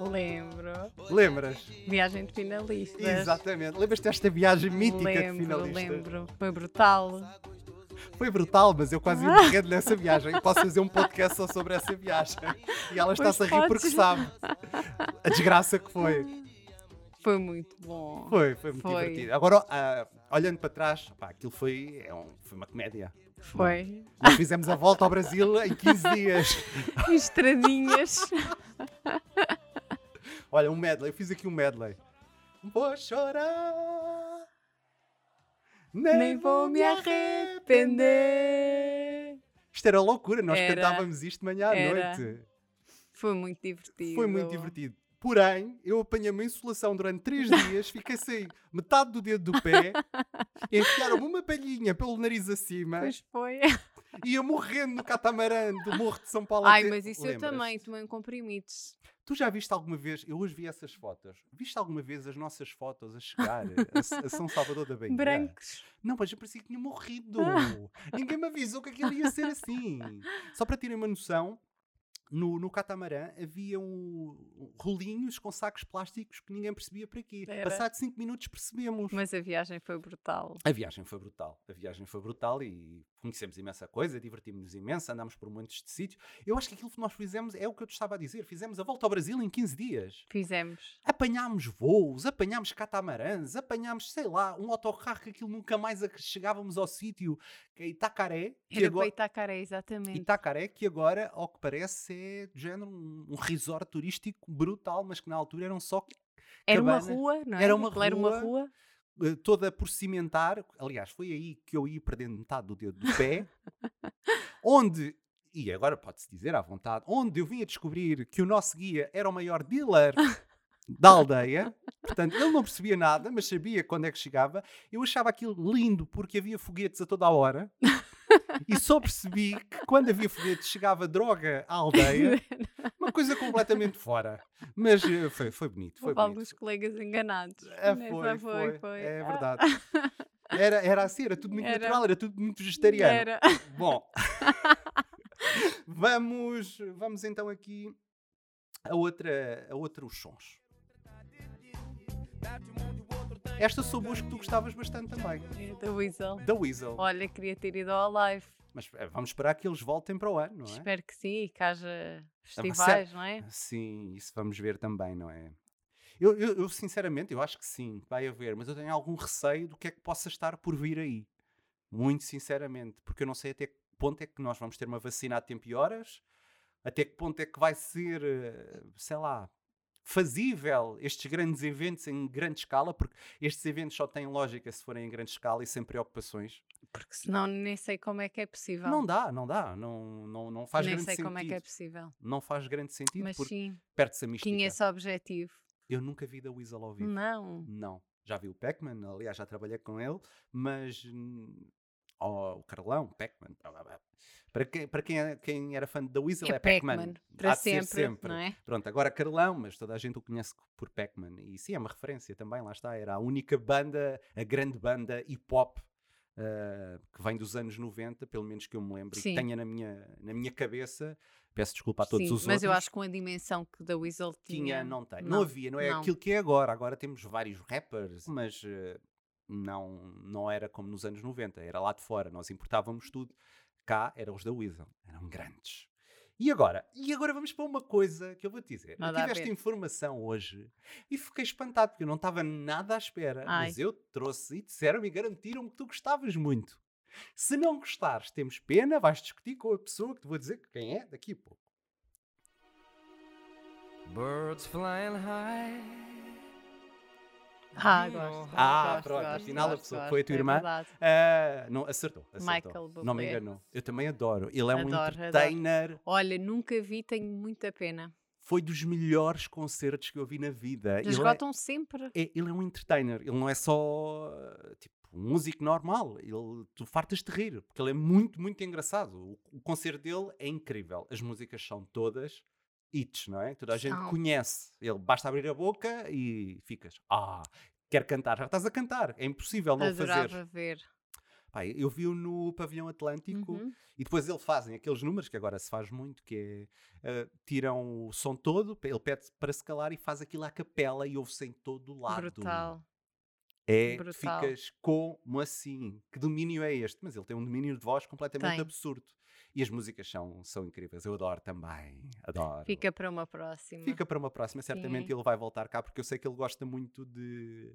Speaker 1: Lembro.
Speaker 2: Lembras?
Speaker 1: Viagem de finalistas.
Speaker 2: Exatamente. Lembras-te desta viagem mítica de
Speaker 1: lembro,
Speaker 2: finalista?
Speaker 1: lembro. Foi brutal.
Speaker 2: Foi brutal, mas eu quase ia morrer nessa viagem. Posso fazer um podcast só sobre essa viagem. E ela
Speaker 1: Pois
Speaker 2: está-se a rir porque
Speaker 1: podes.
Speaker 2: sabe a desgraça que foi.
Speaker 1: Foi muito bom.
Speaker 2: Foi, foi muito divertido. Agora, ah, olhando para trás, pá, aquilo foi, é um- foi uma comédia.
Speaker 1: Foi.
Speaker 2: Nós fizemos a volta ao Brasil em 15 dias.
Speaker 1: Estradinhas.
Speaker 2: Olha, um medley, eu fiz aqui um medley. Vou chorar, nem,
Speaker 1: Nem vou me arrepender.
Speaker 2: Isto era loucura, nós
Speaker 1: Era.
Speaker 2: cantávamos isto de manhã à
Speaker 1: Era.
Speaker 2: noite.
Speaker 1: Foi muito divertido.
Speaker 2: Foi muito divertido. Porém, eu apanhei uma insolação durante três dias, fiquei sem metade do dedo do pé, enfiaram-me uma palhinha pelo nariz acima
Speaker 1: Pois foi.
Speaker 2: e eu morrendo no catamarã do Morro de São Paulo.
Speaker 1: Ai,
Speaker 2: até-
Speaker 1: mas isso eu
Speaker 2: Lembras-te?
Speaker 1: também. Tomei um comprimidos.
Speaker 2: Tu já viste alguma vez, eu hoje vi essas fotos, viste alguma vez as nossas fotos a chegar a, S- a São Salvador da Bahia?
Speaker 1: Brancos.
Speaker 2: Não, mas eu parecia que tinha morrido. Ninguém me avisou que aquilo ia ser assim. Só para terem uma noção, no, no catamarã havia um, rolinhos com sacos plásticos que ninguém percebia para quê.
Speaker 1: Era.
Speaker 2: Passado 5 minutos percebemos.
Speaker 1: Mas a viagem foi brutal.
Speaker 2: A viagem foi brutal. A viagem foi brutal e conhecemos imensa coisa, divertimos-nos imenso, andámos por muitos de sítios. Eu acho que aquilo que nós fizemos é o que eu te estava a dizer. Fizemos a volta ao Brasil em 15 dias.
Speaker 1: Fizemos.
Speaker 2: Apanhámos voos, apanhámos catamarãs, apanhámos, sei lá, um autocarro que aquilo nunca mais a- chegávamos ao sítio, que é Itacaré. Que
Speaker 1: Era para
Speaker 2: agora,
Speaker 1: Itacaré, exatamente.
Speaker 2: Itacaré, que agora, ao que parece, é de género um, um resort turístico brutal, mas que na altura eram só
Speaker 1: Era uma
Speaker 2: cabanas.
Speaker 1: rua, não é?
Speaker 2: Era uma
Speaker 1: Aquilo Era uma
Speaker 2: rua.
Speaker 1: rua.
Speaker 2: eh, toda por cimentar. Aliás, foi aí que eu ia perdendo metade do dedo do pé. onde, e agora pode-se dizer à vontade, onde eu vim a descobrir que o nosso guia era o maior dealer da aldeia. Portanto, ele não percebia nada, mas sabia quando é que chegava. Eu achava aquilo lindo porque havia foguetes a toda a hora. E só percebi que quando havia foguetes chegava droga à aldeia. Uma coisa completamente fora. Mas eh, foi, foi bonito. Foi
Speaker 1: Houve
Speaker 2: bonito.
Speaker 1: alguns colegas enganados.
Speaker 2: É,
Speaker 1: Né?
Speaker 2: foi, foi, É
Speaker 1: Ah,
Speaker 2: verdade. Era, era assim, era tudo muito
Speaker 1: Era.
Speaker 2: natural, era tudo muito vegetariano.
Speaker 1: Era.
Speaker 2: Bom, vamos, vamos então aqui a, outra, a outros sons. Esta soube hoje que tu gostavas bastante também,
Speaker 1: É Da Weasel.
Speaker 2: da Weasel.
Speaker 1: Olha, queria ter ido ao live.
Speaker 2: Mas eh, vamos esperar que eles voltem para o ano, não é?
Speaker 1: Espero que sim, e que haja
Speaker 2: Ah, mas
Speaker 1: festivais,
Speaker 2: se-
Speaker 1: não é?
Speaker 2: Sim, isso vamos ver também, não é? Eu, eu, eu, sinceramente, eu acho que sim, que vai haver, mas eu tenho algum receio do que é que possa estar por vir aí. Muito sinceramente, porque eu não sei até que ponto é que nós vamos ter uma vacina a tempo e horas? Até que ponto é que vai ser, eh, sei lá, fazível estes grandes eventos em grande escala? Porque estes eventos só têm lógica se forem em grande escala e sem preocupações.
Speaker 1: Porque senão nem sei como é que é possível.
Speaker 2: Não dá, não dá, não, não, não faz
Speaker 1: nem
Speaker 2: grande
Speaker 1: sei
Speaker 2: sentido.
Speaker 1: como é que é possível.
Speaker 2: Não faz grande sentido
Speaker 1: Mas
Speaker 2: porque
Speaker 1: sim,
Speaker 2: perde-se a mística.
Speaker 1: tinha esse objetivo.
Speaker 2: Eu nunca vi da Weasel ao vivo.
Speaker 1: Não.
Speaker 2: Não. Já vi o Pac-Man, aliás, já trabalhei com ele, mas. hum, ó, o Carlão, Pac-Man. blá, blá, blá. Para, quem, para quem, é- quem era fã da Weasel é,
Speaker 1: É
Speaker 2: Pac-Man.
Speaker 1: Pac-Man,
Speaker 2: Há
Speaker 1: para
Speaker 2: de ser
Speaker 1: sempre, não é?
Speaker 2: Pronto, agora Carlão, mas toda a gente o conhece por Pac-Man. E sim, é uma referência também, lá está. Era a única banda, a grande banda hip-hop. ah, que vem dos anos 90, pelo menos que eu me lembro, e que
Speaker 1: Sim.
Speaker 2: tenha na minha, na minha cabeça. Peço desculpa a todos
Speaker 1: Sim,
Speaker 2: os
Speaker 1: mas
Speaker 2: outros
Speaker 1: eu acho que com a dimensão que da Weasel tinha.
Speaker 2: tinha, não tem. Não, havia, não é aquilo que é agora. Agora temos vários rappers, mas eh, não, não era como nos anos 90, era lá de fora. Nós importávamos tudo. Cá eram os da Weasel, eram grandes. E agora? E agora vamos para uma coisa que eu vou te dizer.
Speaker 1: Nada
Speaker 2: eu
Speaker 1: a
Speaker 2: tive esta
Speaker 1: ver.
Speaker 2: informação hoje e fiquei espantado porque eu não estava nada à espera.
Speaker 1: Ai.
Speaker 2: Mas eu trouxe e disseram-me e garantiram-me que tu gostavas muito. Se não gostares, temos pena, vais discutir com a pessoa que te vou dizer quem é daqui a pouco.
Speaker 12: Birds flying high.
Speaker 1: Ah, gosto.
Speaker 2: Ah,
Speaker 1: gosto,
Speaker 2: pronto,
Speaker 1: gosto,
Speaker 2: afinal a
Speaker 1: gosto,
Speaker 2: pessoa que
Speaker 1: gosto,
Speaker 2: foi a tua
Speaker 1: é
Speaker 2: irmã.
Speaker 1: verdade.
Speaker 2: ah, não, acertou, acertou.
Speaker 1: Michael Bublé.
Speaker 2: Não me enganou. Eu também adoro. Ele é um
Speaker 1: Adoro, adoro.
Speaker 2: entertainer.
Speaker 1: Olha, nunca vi, tenho muita pena.
Speaker 2: Foi dos melhores concertos que eu vi na vida. Ele é-
Speaker 1: Esgotam sempre.
Speaker 2: é, ele é um entertainer. Ele não é só eh, tipo um músico normal. Ele, tu fartas de rir, porque ele é muito, muito engraçado. O, o concerto dele é incrível. As músicas são todas hits, não é? Toda a gente
Speaker 1: São.
Speaker 2: conhece. Ele basta abrir a boca e ficas. Ah, quer cantar. Já estás a cantar. É impossível não
Speaker 1: Adorava
Speaker 2: fazer.
Speaker 1: ver.
Speaker 2: Pá, eu vi-o no Pavilhão Atlântico
Speaker 1: Uhum.
Speaker 2: e depois eles fazem aqueles números que agora se faz muito, que é eh, tiram o som todo, pe- ele pede para se calar e faz aquilo à capela e ouve-se em todo o lado.
Speaker 1: Brutal.
Speaker 2: É,
Speaker 1: Brutal.
Speaker 2: ficas como assim? Que domínio é este? Mas ele tem um domínio de voz completamente
Speaker 1: Tem.
Speaker 2: absurdo. E as músicas são, são incríveis. Eu adoro também. Adoro.
Speaker 1: Fica para uma próxima.
Speaker 2: Fica para uma próxima. Certamente
Speaker 1: Sim.
Speaker 2: ele vai voltar cá, porque eu sei que ele gosta muito de,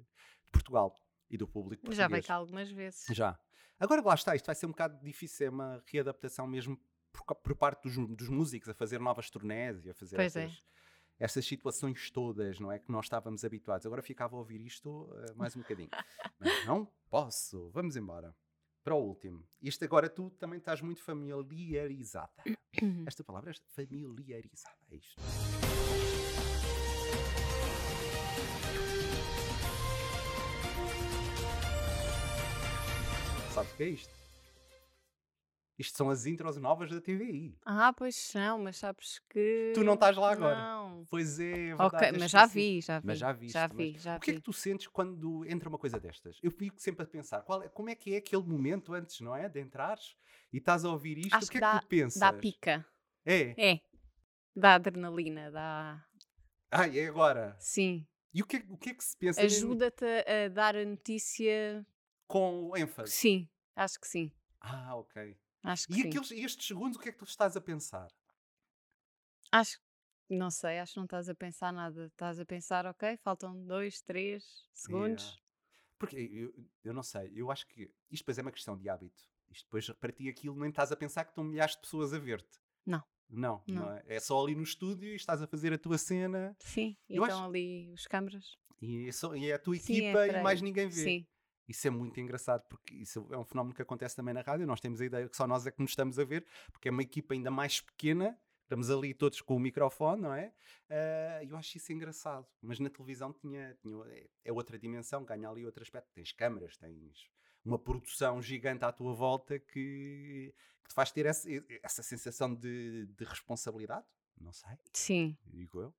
Speaker 2: de Portugal e do público português.
Speaker 1: Já veio cá algumas vezes.
Speaker 2: Já. Agora que lá está, isto vai ser um bocado difícil, é uma readaptação mesmo por, ca- por parte dos, dos músicos a fazer novas turnés e a fazer
Speaker 1: Pois é.
Speaker 2: essas, essas situações todas, não é? Que nós estávamos habituados. Agora ficava a ouvir isto eh, mais um bocadinho. Mas não posso. Vamos embora. Para o último. Isto agora tu também estás muito familiarizada. Esta palavra é familiarizada. É isto. Sabes o que é isto? Isto são as intros novas da TVI.
Speaker 1: Ah, pois são, mas sabes que.
Speaker 2: Tu não estás lá agora.
Speaker 1: Não.
Speaker 2: Pois é, é verdade.
Speaker 1: Ok,
Speaker 2: és
Speaker 1: mas já
Speaker 2: tu sim.
Speaker 1: vi, já
Speaker 2: Mas
Speaker 1: vi,
Speaker 2: já viste.
Speaker 1: já
Speaker 2: mas
Speaker 1: vi, já
Speaker 2: O que é
Speaker 1: vi.
Speaker 2: que tu sentes quando entra uma coisa destas? Eu fico sempre a pensar, qual é- como é que é aquele momento antes, não é? De entrares e estás a ouvir isto,
Speaker 1: Acho
Speaker 2: o que, é
Speaker 1: dá,
Speaker 2: que tu pensas?
Speaker 1: dá pica.
Speaker 2: É?
Speaker 1: É. Dá adrenalina, dá.
Speaker 2: Ai, é agora.
Speaker 1: Sim.
Speaker 2: E o que, é- o que é que se pensa? nesse-
Speaker 1: Ajuda-te a a dar a notícia.
Speaker 2: Com ênfase.
Speaker 1: Sim, acho que sim.
Speaker 2: Ah, ok.
Speaker 1: Acho que
Speaker 2: E
Speaker 1: sim.
Speaker 2: aqueles, estes segundos, o que é que tu estás a pensar?
Speaker 1: Acho não sei, acho que não estás a pensar nada. Estás a pensar, ok, faltam dois, três segundos.
Speaker 2: Yeah. Porque eh, eu, eu não sei, eu acho que isto depois é uma questão de hábito. Isto depois para ti aquilo nem estás a pensar que estão milhares de pessoas a ver-te.
Speaker 1: Não.
Speaker 2: Não, não.
Speaker 1: Não.
Speaker 2: é? é só ali no estúdio e estás a fazer a tua cena
Speaker 1: Sim, e
Speaker 2: Eu
Speaker 1: estão
Speaker 2: acho-
Speaker 1: ali os câmaras.
Speaker 2: e é, só- e é a tua
Speaker 1: Sim, é
Speaker 2: equipa
Speaker 1: por
Speaker 2: e
Speaker 1: aí.
Speaker 2: mais ninguém vê.
Speaker 1: Sim.
Speaker 2: Isso é muito engraçado porque isso é um fenómeno que acontece também na rádio. Nós temos a ideia que só nós é que nos estamos a ver, porque é uma equipa ainda mais pequena. Estamos ali todos com o microfone, não é? Ah, eu acho isso engraçado. Mas na televisão tinha, tinha, é- é outra dimensão, ganha ali outro aspecto. Tens câmaras, tens uma produção gigante à tua volta que, que te faz ter essa, essa sensação de, de responsabilidade. Não sei.
Speaker 1: Sim.
Speaker 2: Digo eu.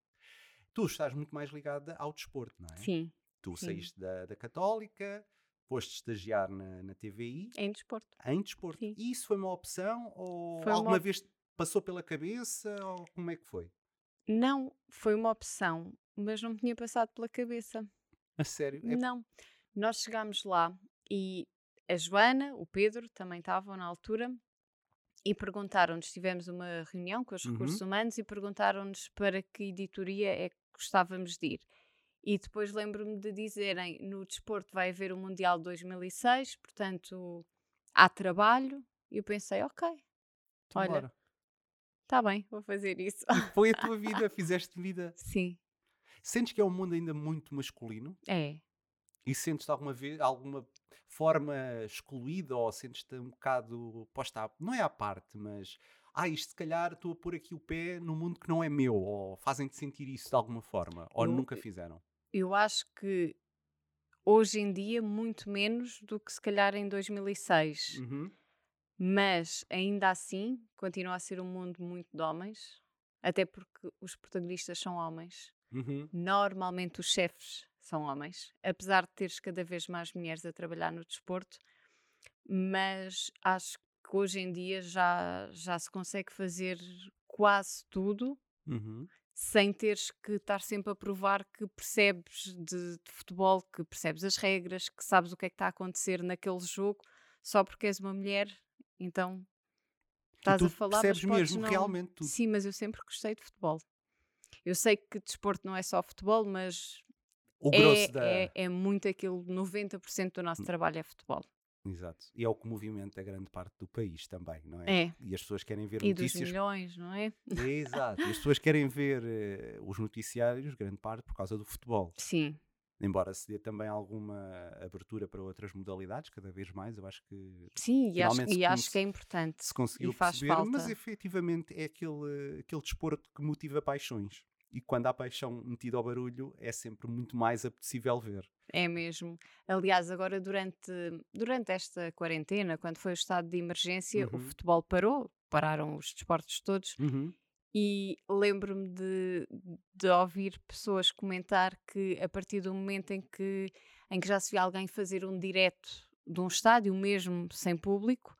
Speaker 2: Tu estás muito mais ligada ao desporto, não é?
Speaker 1: Sim,
Speaker 2: Tu
Speaker 1: sim.
Speaker 2: saíste da, da Católica, foste estagiar na, na TVI,
Speaker 1: Em desporto.
Speaker 2: em desporto. E isso foi uma opção ou
Speaker 1: Foi uma
Speaker 2: alguma
Speaker 1: op-
Speaker 2: vez te passou pela cabeça ou como é que foi?
Speaker 1: Não foi uma opção, mas não me tinha passado pela cabeça.
Speaker 2: A sério? É-
Speaker 1: Não. Nós chegámos lá e a Joana, o Pedro, também estavam na altura e perguntaram-nos, tivemos uma reunião com os
Speaker 13: Uhum.
Speaker 1: recursos humanos e perguntaram-nos para que editoria é que gostávamos de ir. E depois lembro-me de dizerem, no desporto vai haver o Mundial 2006, portanto há trabalho. E eu pensei, ok,
Speaker 2: Então,
Speaker 1: Olha,
Speaker 2: bora.
Speaker 1: Está bem, vou fazer isso.
Speaker 2: Foi a tua vida, fizeste vida.
Speaker 1: Sim.
Speaker 2: Sentes que é um mundo ainda muito masculino?
Speaker 1: É.
Speaker 2: E sentes-te alguma vez, alguma forma excluída ou sentes-te um bocado posta, à, não é à parte, mas ah, isto se calhar estou a pôr aqui o pé num mundo que não é meu, ou fazem-te sentir isso de alguma forma, ou
Speaker 1: Eu-
Speaker 2: nunca fizeram.
Speaker 1: Eu acho que hoje em dia muito menos do que se calhar em 2006.
Speaker 2: Uhum.
Speaker 1: Mas ainda assim continua a ser um mundo muito de homens, até porque os protagonistas são homens.
Speaker 2: Uhum.
Speaker 1: Normalmente os chefes são homens, apesar de teres cada vez mais mulheres a trabalhar no desporto, mas acho que hoje em dia já, já se consegue fazer quase tudo
Speaker 2: Uhum.
Speaker 1: sem teres que estar sempre a provar que percebes de, de futebol, que percebes as regras, que sabes o que é que está a acontecer naquele jogo, só porque és uma mulher, então estás
Speaker 2: tu
Speaker 1: a falar.
Speaker 2: percebes
Speaker 1: mas podes
Speaker 2: mesmo,
Speaker 1: não-
Speaker 2: realmente, tudo.
Speaker 1: Sim, mas eu sempre gostei de futebol. Eu sei que desporto não é só futebol, mas
Speaker 2: O
Speaker 1: é,
Speaker 2: grosso da- Hum.
Speaker 1: é, é muito aquilo, 90% do nosso trabalho é futebol.
Speaker 2: Exato. E é o que movimenta a grande parte do país também, não é?
Speaker 1: É.
Speaker 2: E as pessoas querem ver
Speaker 1: E dos
Speaker 2: notícias.
Speaker 1: milhões, não é?
Speaker 2: É, Exato. E as pessoas querem ver eh, os noticiários, grande parte, por causa do futebol.
Speaker 1: Sim.
Speaker 2: Embora se dê também alguma abertura para outras modalidades, cada vez mais, eu acho que.
Speaker 1: Sim, e acho,
Speaker 2: finalmente se
Speaker 1: e acho
Speaker 2: conse-
Speaker 1: que é importante.
Speaker 2: Se conseguiu
Speaker 1: e faz
Speaker 2: perceber,
Speaker 1: falta.
Speaker 2: mas efetivamente é aquele, aquele desporto que motiva paixões. E quando há paixão metida ao barulho, é sempre muito mais apetecível ver.
Speaker 1: É mesmo. Aliás, agora durante, durante esta quarentena, quando foi o estado de emergência, o
Speaker 2: Uhum.
Speaker 1: futebol parou, pararam os desportos todos,
Speaker 2: Uhum.
Speaker 1: e lembro-me de, de ouvir pessoas comentar que a partir do momento em que, em que já se via alguém fazer um direto de um estádio mesmo sem público,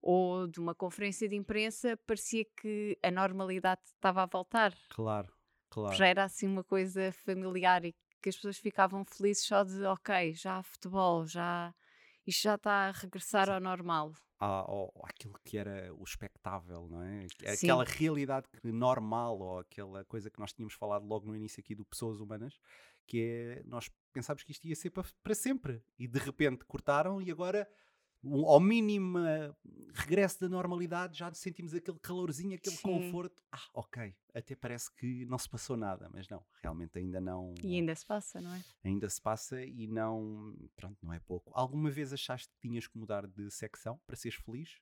Speaker 1: ou de uma conferência de imprensa, parecia que a normalidade estava a voltar
Speaker 2: Claro, claro.
Speaker 1: já era assim uma coisa familiar e que as pessoas ficavam felizes só de ok, já há futebol, já isto já está a regressar ao normal.
Speaker 2: à- ao- àquilo que era o espectável, não é? Aqu-
Speaker 1: Sim.
Speaker 2: Aquela realidade que- normal ou aquela coisa que nós tínhamos falado logo no início aqui do Pessoas Humanas, que é nós pensámos que isto ia ser pa- para sempre e de repente cortaram e agora o- ao mínimo eh, regresso da normalidade já sentimos aquele calorzinho, aquele
Speaker 1: Sim.
Speaker 2: conforto. Ah, ok, até parece que não se passou nada, mas não, realmente ainda não
Speaker 1: E ainda se passa, não é?
Speaker 2: ainda se passa e não, pronto, não é pouco. Alguma vez achaste que tinhas que mudar de secção para seres feliz?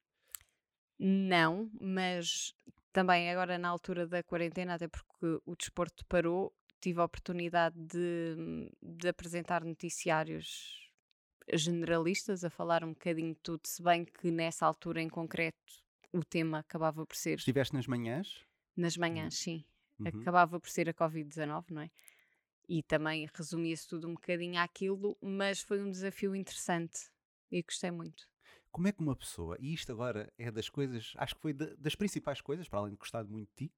Speaker 1: Não, mas também agora na altura da quarentena, até porque o desporto parou, tive a oportunidade de, de apresentar noticiários generalistas a falar um bocadinho de tudo, se bem que nessa altura em concreto o tema acabava por ser
Speaker 2: Estiveste nas manhãs?
Speaker 1: Nas manhãs, sim.
Speaker 2: Uhum.
Speaker 1: Acabava por ser a Covid-19, não é? E também resumia-se tudo um bocadinho àquilo, mas foi um desafio interessante e gostei muito.
Speaker 2: Como é que uma pessoa, e isto agora é das coisas, acho que foi da- das principais coisas, para além de gostar muito de ti,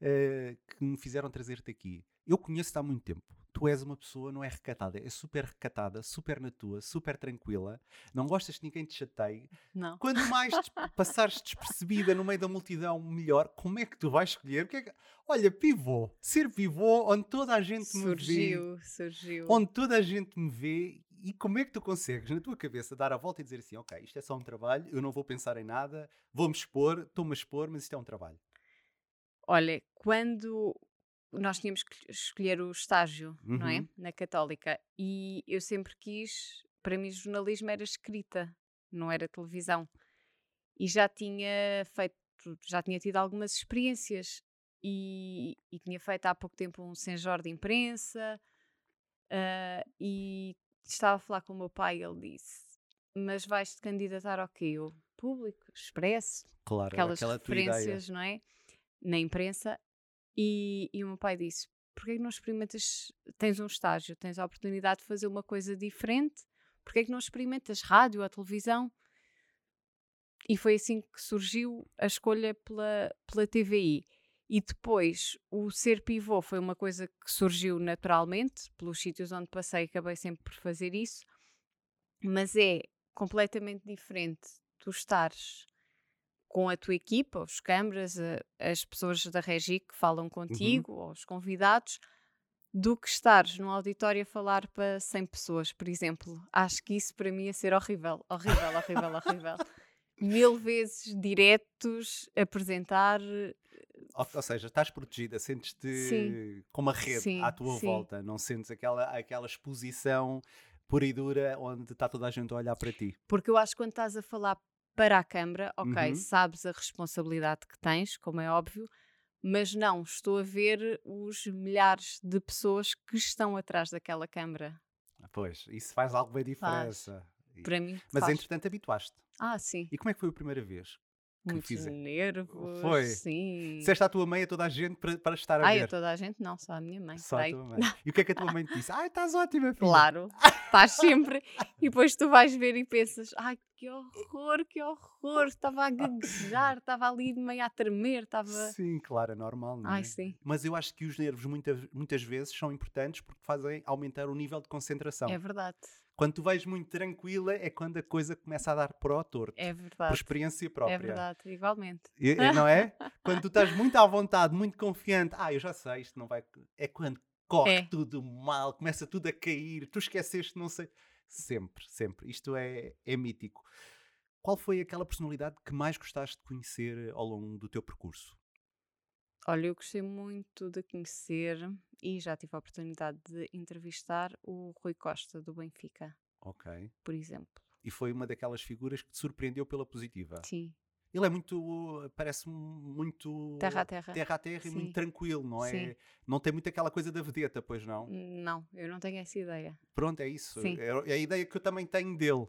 Speaker 2: eh, que me fizeram trazer-te aqui. Eu conheço-te há muito tempo. Tu és uma pessoa, não é recatada, é super recatada, super na tua, super tranquila, não gostas que ninguém te chateie.
Speaker 1: Não.
Speaker 2: Quanto mais des- passares despercebida no meio da multidão, melhor. Como é que tu vais escolher? O que é que- Olha, pivô, ser pivô onde toda a gente me vê
Speaker 1: Surgiu, surgiu.
Speaker 2: onde toda a gente me vê e como é que tu consegues na tua cabeça dar a volta e dizer assim, ok, isto é só um trabalho, eu não vou pensar em nada, vou-me expor, estou-me a expor, mas isto é um trabalho.
Speaker 1: Olha, quando nós tínhamos que escolher o estágio, não é?
Speaker 2: Uhum.
Speaker 1: Na Católica. E eu sempre quis, para mim, jornalismo era escrita, não era televisão. E já tinha feito, já tinha tido algumas experiências. E, e tinha feito há pouco tempo um senjor de imprensa. ah, e estava a falar com o meu pai, ele disse: Mas vais-te candidatar ao quê? Eu, público, expresso
Speaker 2: Claro, era
Speaker 1: aquelas
Speaker 2: aquela tua ideia.
Speaker 1: referências, não é? Na imprensa. E, e o meu pai disse: Porquê que não experimentas? Tens um estágio, tens a oportunidade de fazer uma coisa diferente, porquê que não experimentas rádio ou televisão? E foi assim que surgiu a escolha pela, pela TVI. E depois, o ser pivô foi uma coisa que surgiu naturalmente, pelos sítios onde passei, acabei sempre por fazer isso, mas é completamente diferente tu estares com a tua equipa, os câmaras, a- as pessoas da regi que falam contigo, ou os convidados, do que estares num auditório a falar para 100 pessoas, por exemplo. Acho que isso para mim ia ser horrível, horrível, horrível, horrível. mil vezes diretos, apresentar.
Speaker 2: Ou, ou seja, estás protegida, sentes-te
Speaker 1: Sim.
Speaker 2: com uma rede
Speaker 1: Sim,
Speaker 2: à tua
Speaker 1: sim.
Speaker 2: volta, não sentes aquela, aquela exposição pura e dura onde está toda a gente a olhar para ti.
Speaker 1: Porque eu acho que quando estás a falar para a câmara, ok,
Speaker 2: Uhum.
Speaker 1: sabes a responsabilidade que tens, como é óbvio, mas não, estou a ver os milhares de pessoas que estão atrás daquela câmara.
Speaker 2: Pois, isso faz alguma diferença. E-
Speaker 1: Para mim,
Speaker 2: Mas
Speaker 1: faz.
Speaker 2: entretanto habituaste.
Speaker 1: Ah, sim.
Speaker 2: E como é que foi a primeira vez? que
Speaker 1: Muitos
Speaker 2: fizer-
Speaker 1: nervos.
Speaker 2: Foi.
Speaker 1: Sim.
Speaker 2: Disseste à tua mãe e a toda a gente para, para estar a
Speaker 1: Ai, a
Speaker 2: ver.
Speaker 1: toda a gente não, só a minha mãe.
Speaker 2: Só a
Speaker 1: peraí.
Speaker 2: tua mãe. E o que é que a tua mãe te disse? Ai, estás ótima, filha.
Speaker 1: Claro, estás sempre. E depois tu vais ver e pensas: ai, que horror, que horror. Estava a gaguejar, estava ali meio a tremer, estava.
Speaker 2: Sim, claro, é normal, não é?
Speaker 1: Ai, sim.
Speaker 2: Mas eu acho que os nervos muita- muitas vezes são importantes porque fazem aumentar o nível de concentração.
Speaker 1: É verdade,
Speaker 2: Quando tu vais muito tranquila é quando a coisa começa a dar para o torto.
Speaker 1: é
Speaker 2: Por
Speaker 1: verdade.
Speaker 2: experiência
Speaker 1: É
Speaker 2: própria.
Speaker 1: verdade, igualmente.
Speaker 2: E- e- não é? Quando tu estás muito à vontade, muito confiante, ah, eu já sei, isto não vai. É quando corre
Speaker 1: É.
Speaker 2: tudo mal, começa tudo a cair, tu esqueceste, não sei. Sempre, sempre. Isto é, é mítico. Qual foi aquela personalidade que mais gostaste de conhecer eh, ao longo do teu percurso?
Speaker 1: Olha, eu gostei muito de conhecer e já tive a oportunidade de entrevistar o Rui Costa do Benfica,
Speaker 2: Ok.
Speaker 1: por exemplo.
Speaker 2: E foi uma daquelas figuras que te surpreendeu pela positiva.
Speaker 1: Sim.
Speaker 2: Ele é muito, parece muito.
Speaker 1: Terra a terra.
Speaker 2: Terra a terra e
Speaker 1: Sim.
Speaker 2: muito tranquilo, não é?
Speaker 1: Sim.
Speaker 2: Não tem muito aquela coisa da vedeta, pois não?
Speaker 1: Não, eu não tenho essa ideia.
Speaker 2: Pronto, é isso.
Speaker 1: Sim.
Speaker 2: É é a ideia que eu também tenho dele.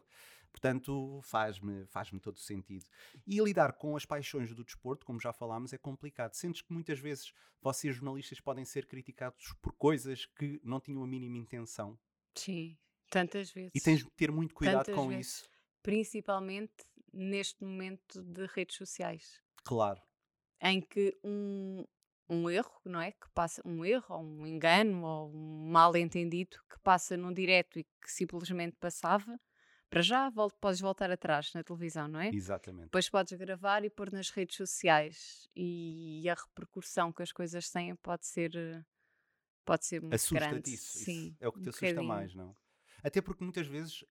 Speaker 2: Portanto, faz-me faz todo sentido. E lidar com as paixões do desporto, como já falámos, é complicado. Sentes que muitas vezes vocês, jornalistas, podem ser criticados por coisas que não tinham a mínima intenção.
Speaker 1: Sim, tantas vezes.
Speaker 2: E tens de ter muito cuidado
Speaker 1: Tantas
Speaker 2: com
Speaker 1: vezes.
Speaker 2: isso.
Speaker 1: Principalmente neste momento de redes sociais,
Speaker 2: Claro.
Speaker 1: em que um, um erro, não é? Que passa um erro, ou um engano, ou um mal-entendido que passa num direto e que simplesmente passava, para já vol- podes voltar atrás na televisão, não é?
Speaker 2: Exatamente.
Speaker 1: Depois podes gravar e pôr nas redes sociais e a repercussão que as coisas têm pode ser eh, pode ser muito
Speaker 2: assusta-te
Speaker 1: grande.
Speaker 2: isso, isso
Speaker 1: Sim,
Speaker 2: É o que
Speaker 1: um
Speaker 2: te assusta
Speaker 1: bocadinho.
Speaker 2: mais, não? Até porque muitas vezes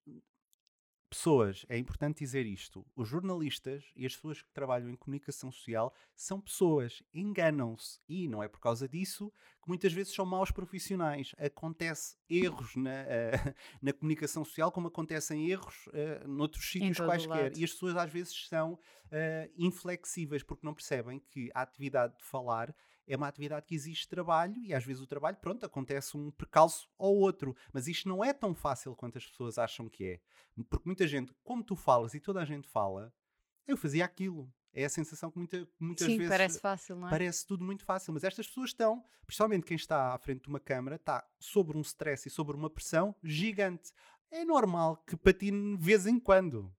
Speaker 2: pessoas, é importante dizer isto, os jornalistas e as pessoas que trabalham em comunicação social são pessoas, enganam-se e não é por causa disso que muitas vezes são maus profissionais. Acontece erros na, eh, na comunicação social como acontecem erros eh, noutros sítios
Speaker 1: todo o
Speaker 2: quaisquer.
Speaker 1: lado.
Speaker 2: E as pessoas às vezes são eh, inflexíveis porque não percebem que a atividade de falar é uma atividade que exige trabalho e às vezes o trabalho, pronto, acontece um percalço ou outro. Mas isto não é tão fácil quanto as pessoas acham que é. Porque muita gente, como tu falas e toda a gente fala, eu fazia aquilo. É a sensação que muita, muitas
Speaker 1: Sim,
Speaker 2: vezes
Speaker 1: parece fácil, não é?
Speaker 2: parece tudo muito fácil, mas estas pessoas estão, principalmente quem está à frente de uma câmara, está sobre um stress e sobre uma pressão gigante. É normal que patine de vez em quando.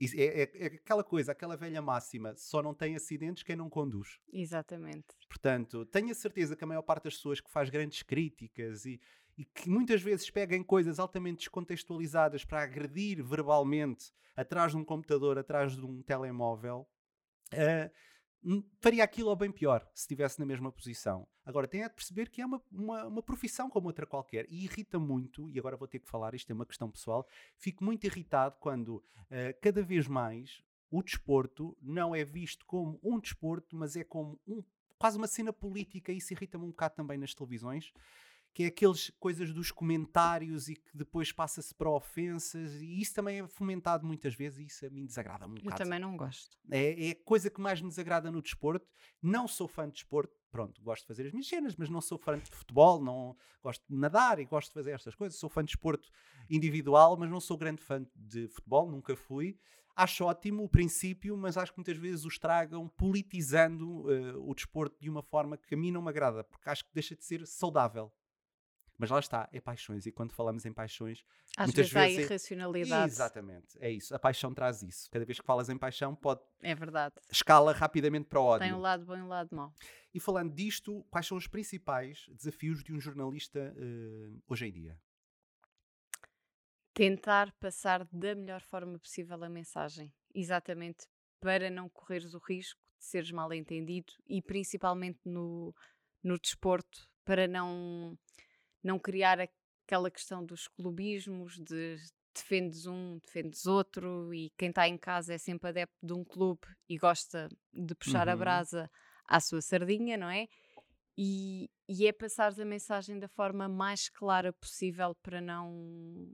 Speaker 2: Isso É, é- é aquela coisa, aquela velha máxima: só não tem acidentes quem não conduz.
Speaker 1: Exatamente.
Speaker 2: um Portanto, tenho a certeza que a maior parte das pessoas que faz grandes críticas e, e que muitas vezes pega em coisas altamente descontextualizadas para agredir verbalmente atrás de um computador, atrás de um telemóvel, ah, n- faria aquilo ou bem pior se estivesse na mesma posição. Agora, tem é de perceber que é uma, uma, uma profissão como outra qualquer e irrita muito, e agora vou ter que falar, isto é uma questão pessoal, fico muito irritado quando ah, cada vez mais o desporto não é visto como um desporto, mas é como um, quase uma cena política, e isso irrita-me um bocado também nas televisões, que é aquelas coisas dos comentários e que depois passa-se para ofensas, e isso também é fomentado muitas vezes, e isso a mim desagrada um
Speaker 1: Eu
Speaker 2: bocado.
Speaker 1: também não gosto.
Speaker 2: É, é a coisa que mais me desagrada no desporto. Não sou fã de desporto, pronto, gosto de fazer as minhas cenas, mas não sou fã de futebol, não gosto de nadar e gosto de fazer estas coisas. Sou fã de desporto individual, mas não sou grande fã de futebol, nunca fui. Acho ótimo o princípio, mas acho que muitas vezes os tragam politizando eh, o desporto de uma forma que a mim não me agrada, porque acho que deixa de ser saudável. Mas lá está, é paixões, e quando falamos em paixões,
Speaker 1: Às
Speaker 2: muitas
Speaker 1: vezes há
Speaker 2: é-
Speaker 1: irracionalidade.
Speaker 2: Exatamente, é isso. A paixão traz isso. Cada vez que falas em paixão, pode
Speaker 1: É verdade.
Speaker 2: escala rapidamente para o ódio.
Speaker 1: Tem um lado bom e um lado mau.
Speaker 2: E falando disto, quais são os principais desafios de um jornalista eh, hoje em dia?
Speaker 1: Tentar passar da melhor forma possível a mensagem. Exatamente para não correres o risco de seres mal entendido e principalmente no, no desporto, para não, não criar aquela questão dos clubismos, de defendes um, defendes outro, e quem está em casa é sempre adepto de um clube e gosta de puxar a
Speaker 13: Uhum.
Speaker 1: brasa à sua sardinha, não é? E, e é passares a mensagem da forma mais clara possível para não,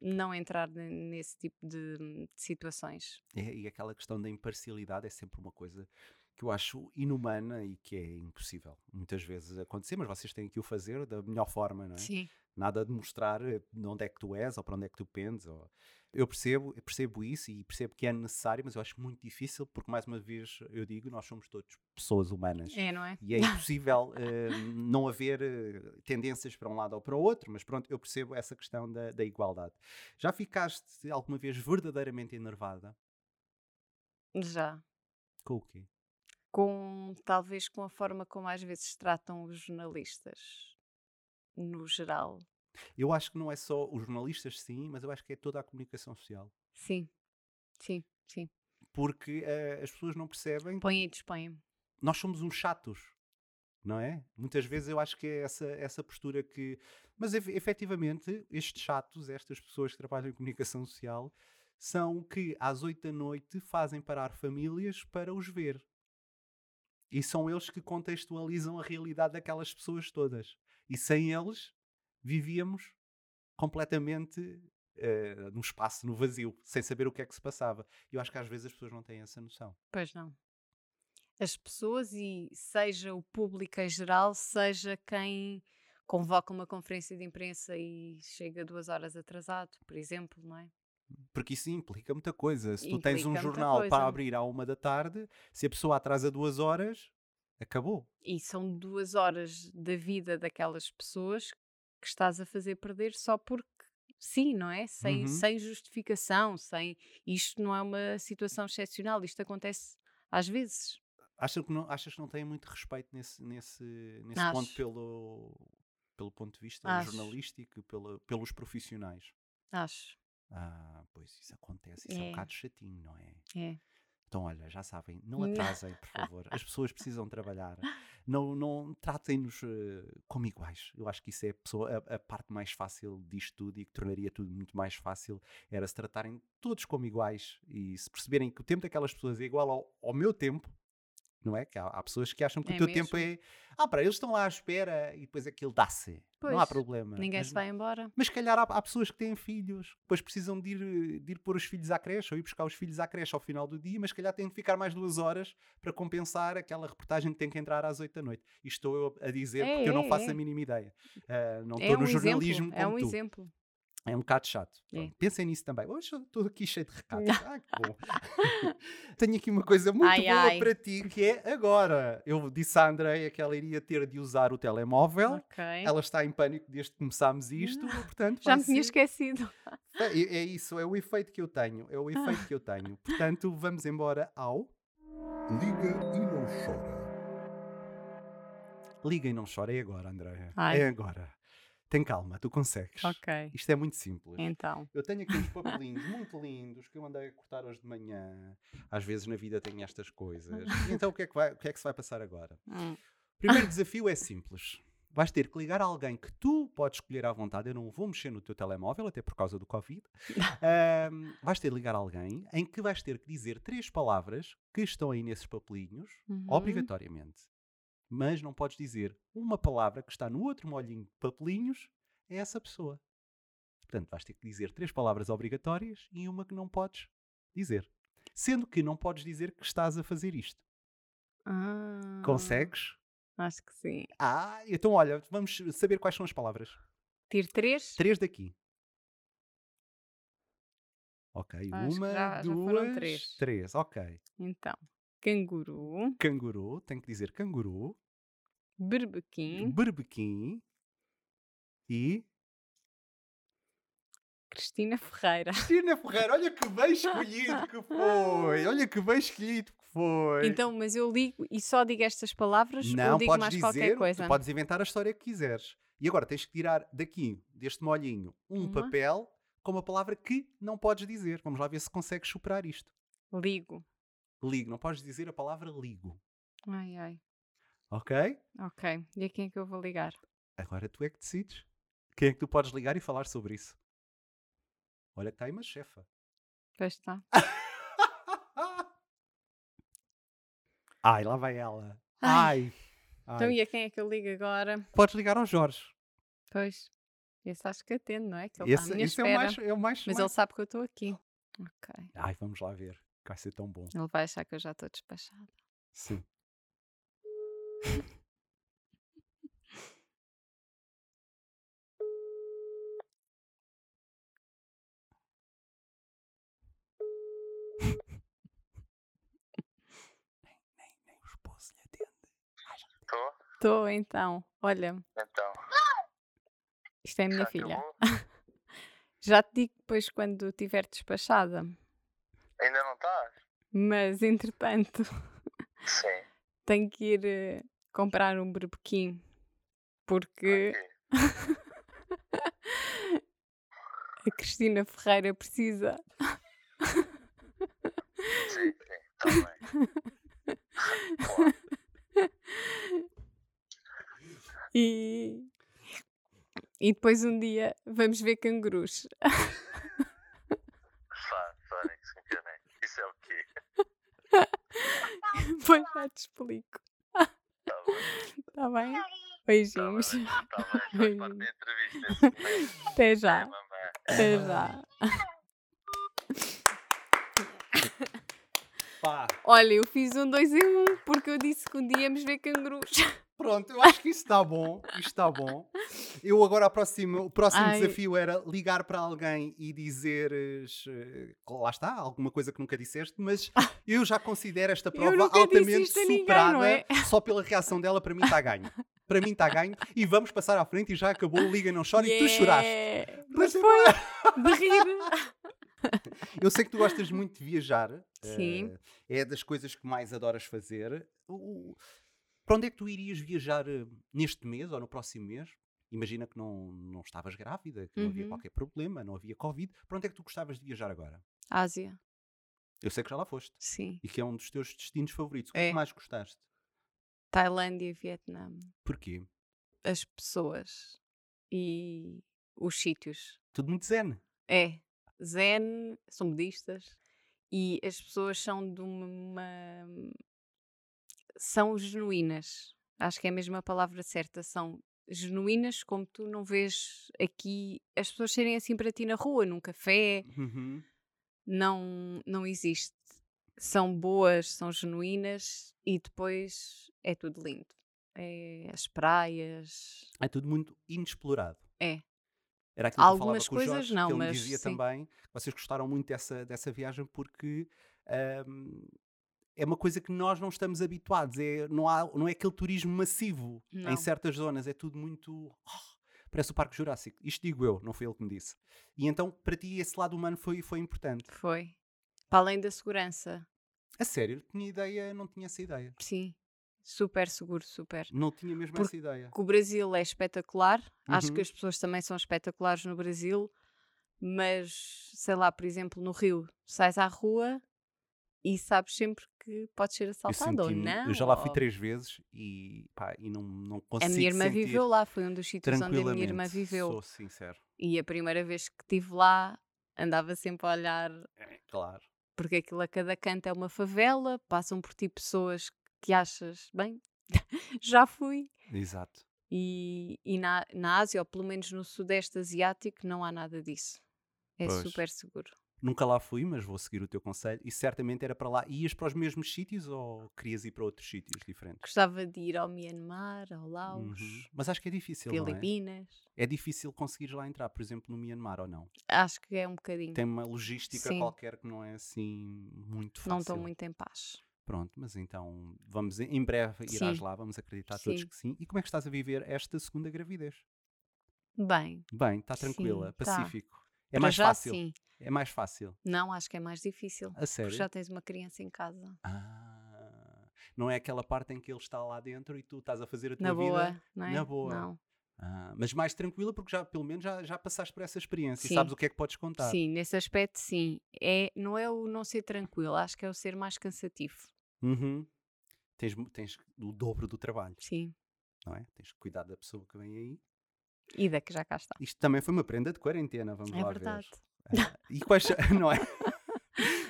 Speaker 1: não entrar ne- nesse tipo de, de situações.
Speaker 2: É, e aquela questão da imparcialidade é sempre uma coisa que eu acho inumana e que é impossível muitas vezes acontecer, mas vocês têm que o fazer da melhor forma, não é?
Speaker 1: Sim.
Speaker 2: Nada de mostrar eh, de onde é que tu és ou para onde é que tu pendes. Ou... Eu percebo, eu percebo isso e percebo que é necessário, mas eu acho muito difícil porque, mais uma vez, eu digo, nós somos todos pessoas humanas.
Speaker 1: É, não é?
Speaker 2: E é impossível eh, não haver eh, tendências para um lado ou para o outro, mas pronto, eu percebo essa questão da, da igualdade. Já ficaste alguma vez verdadeiramente enervada?
Speaker 1: Já.
Speaker 2: Com o quê?
Speaker 1: com talvez com a forma como às vezes tratam os jornalistas no geral.
Speaker 2: Eu acho que não é só os jornalistas, sim, mas eu acho que é toda a comunicação social.
Speaker 1: Sim, sim, sim.
Speaker 2: Porque eh, as pessoas não percebem.
Speaker 1: Põem e dispõem.
Speaker 2: Nós somos uns chatos, não é? Muitas vezes eu acho que é essa, essa postura que. Mas ef- efetivamente, estes chatos, estas pessoas que trabalham em comunicação social, são que às 8 da noite fazem parar famílias para os ver. E são eles que contextualizam a realidade daquelas pessoas todas. E sem eles, vivíamos completamente eh, num espaço, no vazio, sem saber o que é que se passava. E eu acho que às vezes as pessoas não têm essa noção.
Speaker 1: Pois não. As pessoas, e seja o público em geral, seja quem convoca uma conferência de imprensa e chega duas horas atrasado, por exemplo, não é?
Speaker 2: Porque isso implica muita coisa. Se tu tens
Speaker 1: Implica
Speaker 2: um
Speaker 1: muita
Speaker 2: jornal
Speaker 1: coisa.
Speaker 2: para abrir à uma da tarde, se a pessoa atrasa duas horas, acabou.
Speaker 1: E são duas horas da vida daquelas pessoas que estás a fazer perder só porque sim, não é? Sem,
Speaker 13: Uhum.
Speaker 1: sem justificação, sem isto não é uma situação excepcional, isto acontece às vezes.
Speaker 2: Achas que não, achas que não têm muito respeito nesse, nesse, nesse
Speaker 1: Acho.
Speaker 2: ponto pelo, pelo ponto de vista
Speaker 1: Acho.
Speaker 2: jornalístico, pela, pelos profissionais?
Speaker 1: Acho.
Speaker 2: Ah, pois isso acontece. Isso é um
Speaker 1: É.
Speaker 2: bocado chatinho, não é?
Speaker 1: É.
Speaker 2: Então, olha, já sabem, não
Speaker 1: Não.
Speaker 2: atrasem, por favor. As pessoas precisam trabalhar. Não, não tratem-nos eh, como iguais. Eu acho que isso é a, pessoa- a- a parte mais fácil disto tudo e que tornaria tudo muito mais fácil era se tratarem todos como iguais e se perceberem que o tempo daquelas pessoas é igual ao, ao meu tempo. Não é? Que há, há pessoas que acham que
Speaker 1: É
Speaker 2: o teu
Speaker 1: mesmo.
Speaker 2: tempo é. Ah, para eles estão lá à espera e depois aquilo dá-se. Não é há
Speaker 1: Pois,
Speaker 2: problema.
Speaker 1: Ninguém
Speaker 2: Mas
Speaker 1: se vai embora.
Speaker 2: mas se calhar há, há pessoas que têm filhos, que depois precisam de ir, eh, de ir pôr os filhos à creche ou ir buscar os filhos à creche ao final do dia, mas se calhar têm de ficar mais duas horas para compensar aquela reportagem que tem que entrar às oito da noite. E estou eu a dizer
Speaker 1: É,
Speaker 2: porque eu não
Speaker 1: é,
Speaker 2: faço
Speaker 1: é.
Speaker 2: a mínima ideia. Ah, não
Speaker 1: é
Speaker 2: estou
Speaker 1: um
Speaker 2: no jornalismo
Speaker 1: exemplo, é
Speaker 2: como
Speaker 1: um
Speaker 2: tu.
Speaker 1: exemplo.
Speaker 2: É um bocado chato.
Speaker 1: É.
Speaker 2: Pronto, Pensem nisso também. Hoje eu estou aqui cheio de recados. Ah, que bom. Tenho aqui uma coisa muito
Speaker 1: Ai,
Speaker 2: boa
Speaker 1: ai.
Speaker 2: para ti, que é agora. Eu disse à Andreia que ela iria ter de usar o telemóvel.
Speaker 1: Ok.
Speaker 2: Então,
Speaker 1: Ah.
Speaker 2: Ela está em pânico desde que começámos isto, portanto
Speaker 1: Já
Speaker 2: vai
Speaker 1: me tinha
Speaker 2: ser-
Speaker 1: esquecido.
Speaker 2: é, é isso, é o efeito que eu tenho.
Speaker 1: Ah.
Speaker 2: É o efeito que eu tenho. Portanto, vamos embora ao. Liga e não chora. Liga e não chora. É agora, Andréia.
Speaker 1: Ai.
Speaker 2: É agora. Tem calma, tu consegues.
Speaker 1: Ok.
Speaker 2: Isto é muito simples.
Speaker 1: Então.
Speaker 2: Eu tenho aqui uns papelinhos muito lindos que eu andei a cortar hoje de manhã. Às vezes na vida tenho estas coisas. E Então o que é que, vai, o que é que se vai passar agora?
Speaker 1: Hum.
Speaker 2: Primeiro desafio é simples. Vais ter que ligar a alguém que tu podes escolher à vontade. Eu não vou mexer no teu telemóvel, até por causa do Covid. Ahm, vais ter de ligar a alguém em que vais ter que dizer três palavras que estão aí nesses papelinhos,
Speaker 1: Uhum.
Speaker 2: obrigatoriamente. Mas não podes dizer uma palavra que está no outro molhinho de papelinhos a essa pessoa. Portanto, vais ter que dizer três palavras obrigatórias e uma que não podes dizer. Sendo que não podes dizer que estás a fazer isto.
Speaker 1: Ah,
Speaker 2: Consegues?
Speaker 1: Acho que sim.
Speaker 2: Ah, então olha, vamos saber quais são as palavras.
Speaker 1: Tiro três?
Speaker 2: Três daqui. Ok,
Speaker 1: Ah, Acho que
Speaker 2: uma,
Speaker 1: já- já foram
Speaker 2: duas,
Speaker 1: três.
Speaker 2: três. Ok.
Speaker 1: Então. Canguru,
Speaker 2: Canguru, tenho que dizer canguru, Uhum.
Speaker 1: berbequim,
Speaker 2: berbequim e
Speaker 1: Cristina Ferreira.
Speaker 2: Cristina Ferreira, olha que bem escolhido que foi. Olha que bem escolhido que foi.
Speaker 1: Então, mas eu ligo e só digo estas palavras ou
Speaker 2: não
Speaker 1: digo
Speaker 2: podes
Speaker 1: mais
Speaker 2: dizer,
Speaker 1: qualquer
Speaker 2: tu
Speaker 1: coisa?
Speaker 2: podes inventar a história que quiseres. E agora tens que tirar daqui, deste molhinho, um
Speaker 1: Uma.
Speaker 2: papel com uma palavra que não podes dizer. Vamos lá ver se consegues superar isto.
Speaker 1: Ligo.
Speaker 2: Ligo, não podes dizer a palavra ligo,
Speaker 1: Ai, ai.
Speaker 2: ok?
Speaker 1: Ok. E a quem é que eu vou ligar?
Speaker 2: Agora tu é que decides. Quem é que tu podes ligar e falar sobre isso? Olha, cá uma chefa.
Speaker 1: Pois tá. está.
Speaker 2: Ai, lá vai ela. Ai.
Speaker 1: Ai.
Speaker 2: Ai.
Speaker 1: Então, e a quem é que eu ligo agora?
Speaker 2: Podes ligar ao Jorge.
Speaker 1: Pois. Esse acho que atende, não é? Que ele está à
Speaker 2: Esse-
Speaker 1: minha
Speaker 2: esse é o mais-
Speaker 1: espera.
Speaker 2: é o mais-
Speaker 1: Mas
Speaker 2: mais-
Speaker 1: ele sabe que eu estou aqui. Ok.
Speaker 2: Ai, vamos lá ver. que Vai ser tão bom.
Speaker 1: Ele vai achar que eu já estou despachada.
Speaker 2: Sim.
Speaker 13: Estou?
Speaker 1: Estou então. Olha,
Speaker 13: Então.
Speaker 1: isto é a
Speaker 8: Então,
Speaker 1: minha
Speaker 13: Já
Speaker 1: filha.
Speaker 13: acabou?
Speaker 1: já te digo depois quando estiver despachada.
Speaker 13: Ainda não estás?
Speaker 1: Mas entretanto,
Speaker 13: Sim.
Speaker 1: tenho que ir eh, comprar um berbequim. Porque a Cristina Ferreira precisa.
Speaker 13: Sim, sim. Está bem. Claro.
Speaker 1: E... e depois um dia vamos ver cangurus.
Speaker 13: Fá, Fónix, enganei. Isso é o quê?
Speaker 1: Depois já te explico. Está bem? Beijinhos. Beijinhos. Até já. Até já.
Speaker 2: Pá.
Speaker 1: Olha, eu fiz um dois em um porque eu disse que um dia íamos ver cangurus.
Speaker 2: Pronto, eu acho que isso está bom. Isto está bom. Eu agora, a próxima- o próximo
Speaker 1: Ai.
Speaker 2: desafio era ligar para alguém e dizeres. eh, Lá está, alguma coisa que nunca disseste, mas eu já considero esta prova
Speaker 1: nunca disse
Speaker 2: altamente
Speaker 1: isto a ninguém,
Speaker 2: superada.
Speaker 1: não é?
Speaker 2: Só pela reação dela, para mim está ganho. Para mim está ganho. E vamos passar à frente e já acabou. Liga, não chora e tu choraste.
Speaker 1: Yeah. Mas foi de rir.
Speaker 2: Eu sei que tu gostas muito de viajar.
Speaker 1: Sim.
Speaker 2: eh, É das coisas que mais adoras fazer. O- o- Para onde é que tu irias viajar eh, neste mês ou no próximo mês? Imagina que não, não estavas grávida, que não havia
Speaker 1: Uhum.
Speaker 2: qualquer problema, não havia Covid. Para onde é que tu gostavas de viajar agora?
Speaker 1: Ásia.
Speaker 2: Eu sei que já lá foste.
Speaker 1: Sim.
Speaker 2: E que é um dos teus destinos favoritos. O que é
Speaker 1: É.
Speaker 2: que mais gostaste?
Speaker 1: Tailândia, Vietnã,
Speaker 2: Porquê?
Speaker 1: as pessoas e os sítios.
Speaker 2: Tudo muito zen.
Speaker 1: É, zen, são budistas e as pessoas são de uma. são genuínas. Acho que é mesmo a palavra certa. São genuínas, como tu não vês aqui as pessoas serem assim para ti na rua, num café.
Speaker 2: Uhum.
Speaker 1: Não, não existe. São boas, são genuínas e depois é tudo lindo. É as praias.
Speaker 2: É tudo muito inexplorado.
Speaker 1: É.
Speaker 2: Era aquilo que eu
Speaker 1: Algumas
Speaker 2: falava com o Jorge,
Speaker 1: coisas não,
Speaker 2: que ele me
Speaker 1: mas
Speaker 2: dizia
Speaker 1: sim.
Speaker 2: também. Vocês gostaram muito dessa, dessa viagem porque ahm, é uma coisa que nós não estamos habituados. É, não, há, não é aquele turismo massivo em
Speaker 1: Não.
Speaker 2: certas zonas. É tudo muito... oh, parece o Parque Jurássico. Isto digo eu, não foi ele que me disse. E então, para ti, esse lado humano foi, foi importante.
Speaker 1: Foi. Para além da segurança.
Speaker 2: A sério, tinha ideia, não tinha essa ideia.
Speaker 1: Sim. Super seguro, super.
Speaker 2: Não tinha mesmo essa
Speaker 1: Porque
Speaker 2: ideia.
Speaker 1: o Brasil é espetacular. Acho
Speaker 2: Uhum.
Speaker 1: que as pessoas também são espetaculares no Brasil. Mas, sei lá, por exemplo, no Rio, sais à rua e sabes sempre que podes ser
Speaker 2: Eu,
Speaker 1: assaltado ou
Speaker 2: senti-me-
Speaker 1: não.
Speaker 2: eu já lá fui
Speaker 1: ou-
Speaker 2: três vezes e, pá, e não, não
Speaker 1: A
Speaker 2: consigo
Speaker 1: minha irmã
Speaker 2: sentir
Speaker 1: viveu lá, foi um dos sítios onde a minha irmã
Speaker 2: tranquilamente,
Speaker 1: viveu.
Speaker 2: Sou sincero.
Speaker 1: E a primeira vez que estive lá, andava sempre a olhar,
Speaker 2: É, Claro.
Speaker 1: porque aquilo a cada canto é uma favela, passam por ti pessoas que achas, bem, já fui.
Speaker 2: Exato.
Speaker 1: E, e na, na Ásia, ou pelo menos no Sudeste Asiático, não há nada disso. É
Speaker 2: Pois.
Speaker 1: super seguro.
Speaker 2: Nunca lá fui, mas vou seguir o teu conselho. E certamente era para lá. E Ias para os mesmos sítios ou querias ir para outros sítios diferentes?
Speaker 1: Gostava de ir ao Myanmar, ao Laos,
Speaker 2: Uhum. Mas acho que é difícil, não
Speaker 1: Filipinas.
Speaker 2: é? É difícil conseguir lá entrar, por exemplo, no Myanmar ou não.
Speaker 1: Acho que é um bocadinho.
Speaker 2: Tem uma logística
Speaker 1: Sim.
Speaker 2: qualquer que não é assim muito fácil.
Speaker 1: Não estou muito em paz.
Speaker 2: Pronto, mas então vamos em em breve irás
Speaker 1: Sim.
Speaker 2: lá, vamos acreditar todos
Speaker 1: Sim.
Speaker 2: que sim. E como é que estás a viver esta segunda gravidez?
Speaker 1: Bem,
Speaker 2: Bem, está tranquila,
Speaker 1: Sim, tá.
Speaker 2: pacífico. É
Speaker 1: Para
Speaker 2: mais
Speaker 1: já,
Speaker 2: fácil.
Speaker 1: sim.
Speaker 2: É mais fácil.
Speaker 1: não, acho que é mais difícil.
Speaker 2: A sério?
Speaker 1: Porque já tens uma criança em casa.
Speaker 2: Não é aquela parte em que ele está lá dentro e tu estás a fazer a tua
Speaker 1: Na
Speaker 2: vida
Speaker 1: boa, não é?
Speaker 2: na boa.
Speaker 1: Não.
Speaker 2: Ah, mas mais tranquila porque já pelo menos já, já passaste por essa experiência
Speaker 1: Sim.
Speaker 2: e sabes o que é que podes contar.
Speaker 1: Sim, nesse aspecto, sim. É, não é o não ser tranquilo, acho que é o ser mais cansativo.
Speaker 2: Uhum. Tens, mu- tens o dobro do trabalho.
Speaker 1: Sim.
Speaker 2: Não é? Tens que cuidar da pessoa que vem aí.
Speaker 1: E da que já cá está.
Speaker 2: Isto também foi uma prenda de quarentena, vamos
Speaker 1: É
Speaker 2: lá
Speaker 1: verdade.
Speaker 2: ver. Ah, e quais. não é? Não,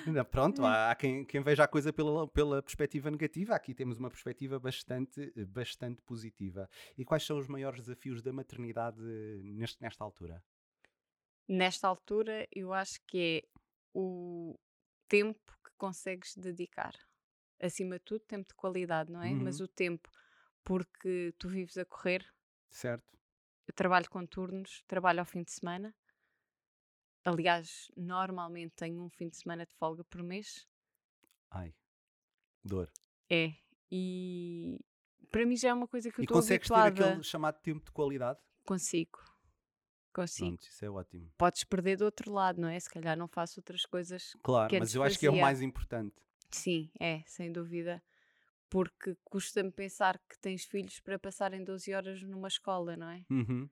Speaker 1: Hum.
Speaker 2: pronto, há, há quem, quem veja a coisa pela, pela perspectiva negativa. Aqui temos uma perspectiva bastante, bastante positiva. E quais são os maiores desafios da maternidade neste, nesta altura?
Speaker 1: Nesta altura, eu acho que é o tempo que consegues dedicar. Acima de tudo, tempo de qualidade, não é?
Speaker 2: Uhum.
Speaker 1: Mas o tempo, porque tu vives a correr,
Speaker 2: Certo?
Speaker 1: eu trabalho com turnos, trabalho ao fim de semana. Aliás, normalmente tenho um fim de semana de folga por mês.
Speaker 2: Ai, dor.
Speaker 1: É. E para mim já é uma coisa que eu
Speaker 2: E
Speaker 1: estou
Speaker 2: consegues ter
Speaker 1: habituada.
Speaker 2: aquele chamado tempo de qualidade?
Speaker 1: Consigo. Consigo.
Speaker 2: Pronto, isso é ótimo.
Speaker 1: Podes perder do outro lado, não é? Se calhar não faço outras coisas.
Speaker 2: Claro,
Speaker 1: que
Speaker 2: mas
Speaker 1: antes
Speaker 2: eu acho que é o
Speaker 1: fazia.
Speaker 2: mais importante.
Speaker 1: Sim, é, sem dúvida. Porque custa-me pensar que tens filhos para passarem 12 horas numa escola, não é?
Speaker 2: Uhum.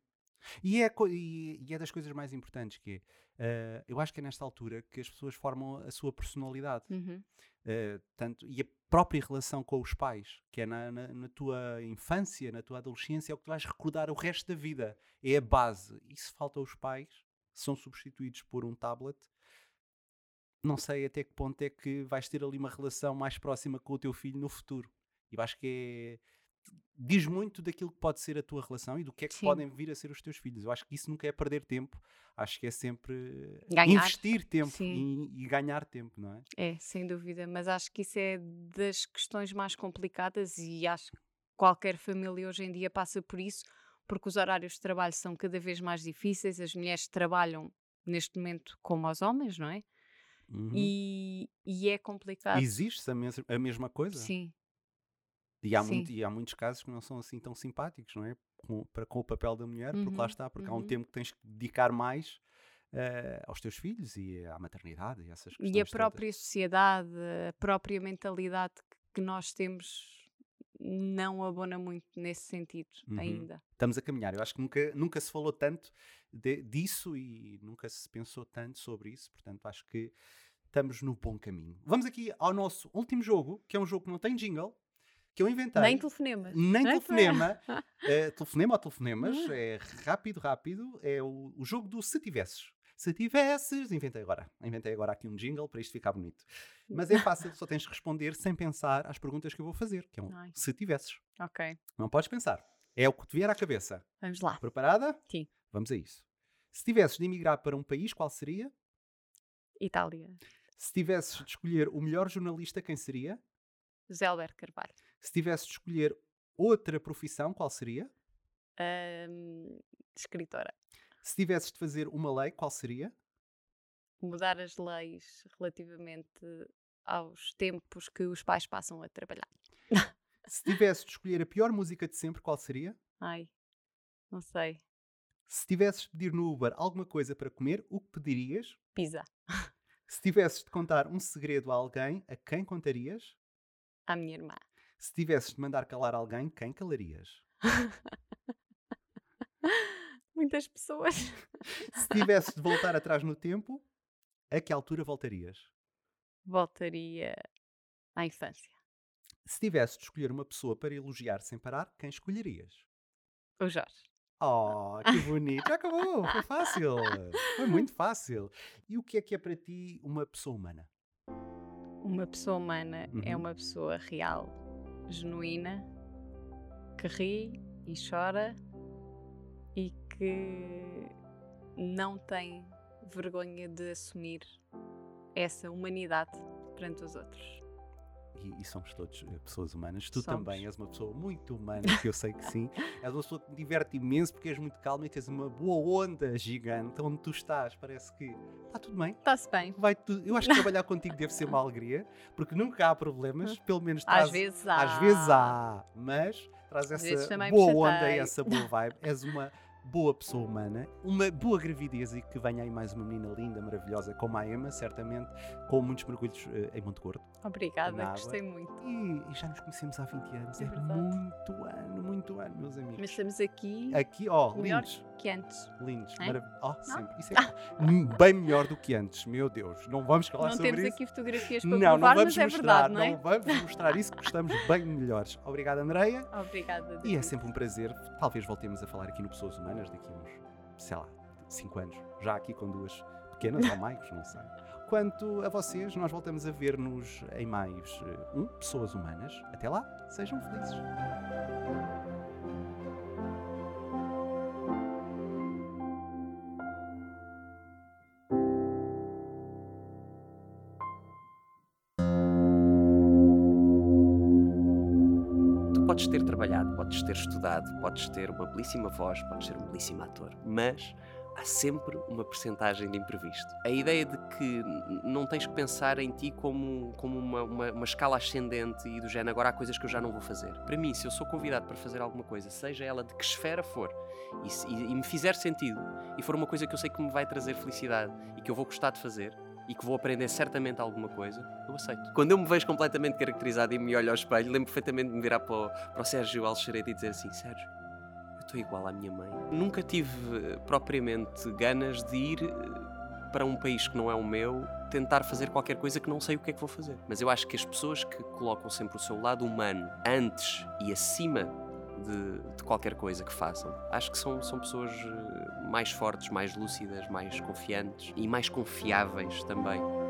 Speaker 2: E, é, co- e, e é das coisas mais importantes que é, ah, eu acho que é nesta altura que as pessoas formam a sua personalidade.
Speaker 1: Uhum.
Speaker 2: Ah, tanto, e a própria relação com os pais, que é na, na, na tua infância, na tua adolescência, é o que tu vais recordar o resto da vida. É a base. E se faltam os pais, são substituídos por um tablet, não sei até que ponto é que vais ter ali uma relação mais próxima com o teu filho no futuro. E eu acho que é. Diz muito daquilo que pode ser a tua relação e do que é que
Speaker 1: Sim.
Speaker 2: podem vir a ser os teus filhos. Eu acho que isso nunca é perder tempo, acho que é sempre
Speaker 1: Ganhar.
Speaker 2: investir tempo
Speaker 1: Sim.
Speaker 2: e, e ganhar tempo, não é?
Speaker 1: É, sem dúvida. Mas acho que isso é das questões mais complicadas e acho que qualquer família hoje em dia passa por isso, porque os horários de trabalho são cada vez mais difíceis, as mulheres trabalham neste momento como os homens, não é?
Speaker 2: Uhum.
Speaker 1: E, e é complicado.
Speaker 2: Existe a, mes- a mesma coisa?
Speaker 1: Sim,
Speaker 2: E há,
Speaker 1: sim.
Speaker 2: muito- e há muitos casos que não são assim tão simpáticos, não é? Com, para, com o papel da mulher, porque lá
Speaker 1: Uhum,
Speaker 2: está, porque há um
Speaker 1: uhum.
Speaker 2: tempo que tens que dedicar mais eh, aos teus filhos e à maternidade e essas questões.
Speaker 1: E a
Speaker 2: todas.
Speaker 1: própria sociedade, a própria mentalidade que- que nós temos não abona muito nesse sentido
Speaker 2: Uhum.
Speaker 1: ainda.
Speaker 2: Estamos a caminhar. Eu acho que nunca, nunca se falou tanto de- disso e nunca se pensou tanto sobre isso. Portanto, acho que estamos no bom caminho. Vamos aqui ao nosso último jogo, que é um jogo que não tem jingle, que eu inventei.
Speaker 1: Nem telefonemas.
Speaker 2: Nem
Speaker 1: não é?
Speaker 2: telefonema. Eh, telefonema ou telefonemas. É rápido, rápido. É o, o jogo do se tivesses. Se tivesses, inventei agora. Inventei agora aqui um jingle para isto ficar bonito. Mas é fácil, só tens de responder sem pensar às perguntas que eu vou fazer, que é um
Speaker 1: Ai.
Speaker 2: se tivesses.
Speaker 1: Ok,
Speaker 2: Não podes pensar. É o que te vier à cabeça.
Speaker 1: vamos lá.
Speaker 2: Preparada?
Speaker 1: Sim.
Speaker 2: Vamos a isso. Se tivesses de emigrar para um país, qual seria?
Speaker 1: Itália.
Speaker 2: Se tivesses de escolher o melhor jornalista, quem seria?
Speaker 1: José Alberto Carvalho.
Speaker 2: Se tivesses de escolher outra profissão, qual seria?
Speaker 1: Ahm, escritora.
Speaker 2: Se tivesses de fazer uma lei, qual seria?
Speaker 1: Mudar as leis relativamente aos tempos que os pais passam a trabalhar.
Speaker 2: Se tivesses de escolher a pior música de sempre, qual seria?
Speaker 1: Ai, não sei.
Speaker 2: Se tivesses de pedir no Uber alguma coisa para comer, o que pedirias?
Speaker 1: Pisa.
Speaker 2: Se tivesses de contar um segredo a alguém, a quem contarias?
Speaker 1: À minha irmã.
Speaker 2: Se tivesses de mandar calar alguém, quem calarias?
Speaker 1: Muitas pessoas.
Speaker 2: Se tivesses de voltar atrás no tempo, a que altura voltarias?
Speaker 1: Voltaria à infância.
Speaker 2: Se tivesse de escolher uma pessoa para elogiar sem parar, quem escolherias?
Speaker 1: O Jorge. Ah.
Speaker 2: Oh, que bonito! Já acabou! Foi fácil! Foi muito fácil! E o que é que é para ti uma pessoa humana?
Speaker 1: Uma pessoa humana é
Speaker 2: Uhum.
Speaker 1: uma pessoa real, genuína, que ri e chora e que não tem vergonha de assumir essa humanidade perante os outros.
Speaker 2: E, e somos todos eh, pessoas humanas. Tu
Speaker 1: Somos.
Speaker 2: também és uma pessoa muito humana, que eu sei que sim. És uma pessoa que me diverte imenso porque és muito calma e tens uma boa onda gigante onde tu estás. Parece que está tudo bem.
Speaker 1: Está-se bem.
Speaker 2: Vai tudo. Eu acho que trabalhar contigo deve ser uma alegria, porque nunca há problemas, pelo menos traz,
Speaker 1: Às vezes
Speaker 2: Às
Speaker 1: há.
Speaker 2: vezes há, mas traz
Speaker 1: Tá. Às vezes
Speaker 2: essa
Speaker 1: também me
Speaker 2: boa onda e
Speaker 1: chatei.
Speaker 2: essa boa vibe. És uma boa pessoa humana, uma boa gravidez e que venha aí mais uma menina linda, maravilhosa, como a Emma, certamente, com muitos mergulhos eh, em Monte Gordo.
Speaker 1: Obrigada,
Speaker 2: Na água.
Speaker 1: gostei muito.
Speaker 2: E, e já nos conhecemos há 20 anos.
Speaker 1: É
Speaker 2: É
Speaker 1: verdade.
Speaker 2: muito ano, muito ano, meus amigos.
Speaker 1: Mas estamos aqui
Speaker 2: Aqui, ó,
Speaker 1: melhor
Speaker 2: lindos.
Speaker 1: que antes.
Speaker 2: Lindos,
Speaker 1: É?
Speaker 2: maravilhosos.
Speaker 1: Não? Ah.
Speaker 2: Oh, sempre. Isso é hum, bem melhor do que antes, meu Deus. Não vamos falar
Speaker 1: não
Speaker 2: sobre
Speaker 1: temos
Speaker 2: isso.
Speaker 1: aqui fotografias para
Speaker 2: Não,
Speaker 1: provar,
Speaker 2: não vamos
Speaker 1: mas é
Speaker 2: mostrar,
Speaker 1: verdade, não é?
Speaker 2: vamos mostrar isso que estamos bem melhores. Obrigado, Andreia.
Speaker 1: Obrigada.
Speaker 2: E é
Speaker 1: David.
Speaker 2: sempre um prazer. Talvez voltemos a falar aqui no Pessoas Humanas daqui a uns, sei lá, 5 anos. Já aqui com duas pequenas ou mais, não sei. Quanto a vocês, nós voltamos a ver-nos em mais eh, um Pessoas Humanas. Até lá, sejam felizes.
Speaker 4: Tu podes ter trabalhado, podes ter estudado, podes ter uma belíssima voz, podes ser um belíssimo ator, mas há sempre uma percentagem de imprevisto. A ideia de que n- não tens que pensar em ti como, como uma, uma- uma escala ascendente e do género agora há coisas que eu já não vou fazer. Para mim, se eu sou convidado para fazer alguma coisa, seja ela de que esfera for, e, se- e- e me fizer sentido, e for uma coisa que eu sei que me vai trazer felicidade e que eu vou gostar de fazer, e que vou aprender certamente alguma coisa, eu aceito. Quando eu me vejo completamente caracterizado e me olho ao espelho, lembro perfeitamente de me virar para o, para o Sérgio Alxerete e dizer assim: Sérgio, eu estou igual à minha mãe. Nunca tive eh, propriamente ganas de ir eh, para um país que não é o meu tentar fazer qualquer coisa que não sei o que é que vou fazer. Mas eu acho que as pessoas que colocam sempre o seu lado humano antes e acima de, de qualquer coisa que façam, acho que são, são pessoas eh, mais fortes, mais lúcidas, mais confiantes e mais confiáveis também.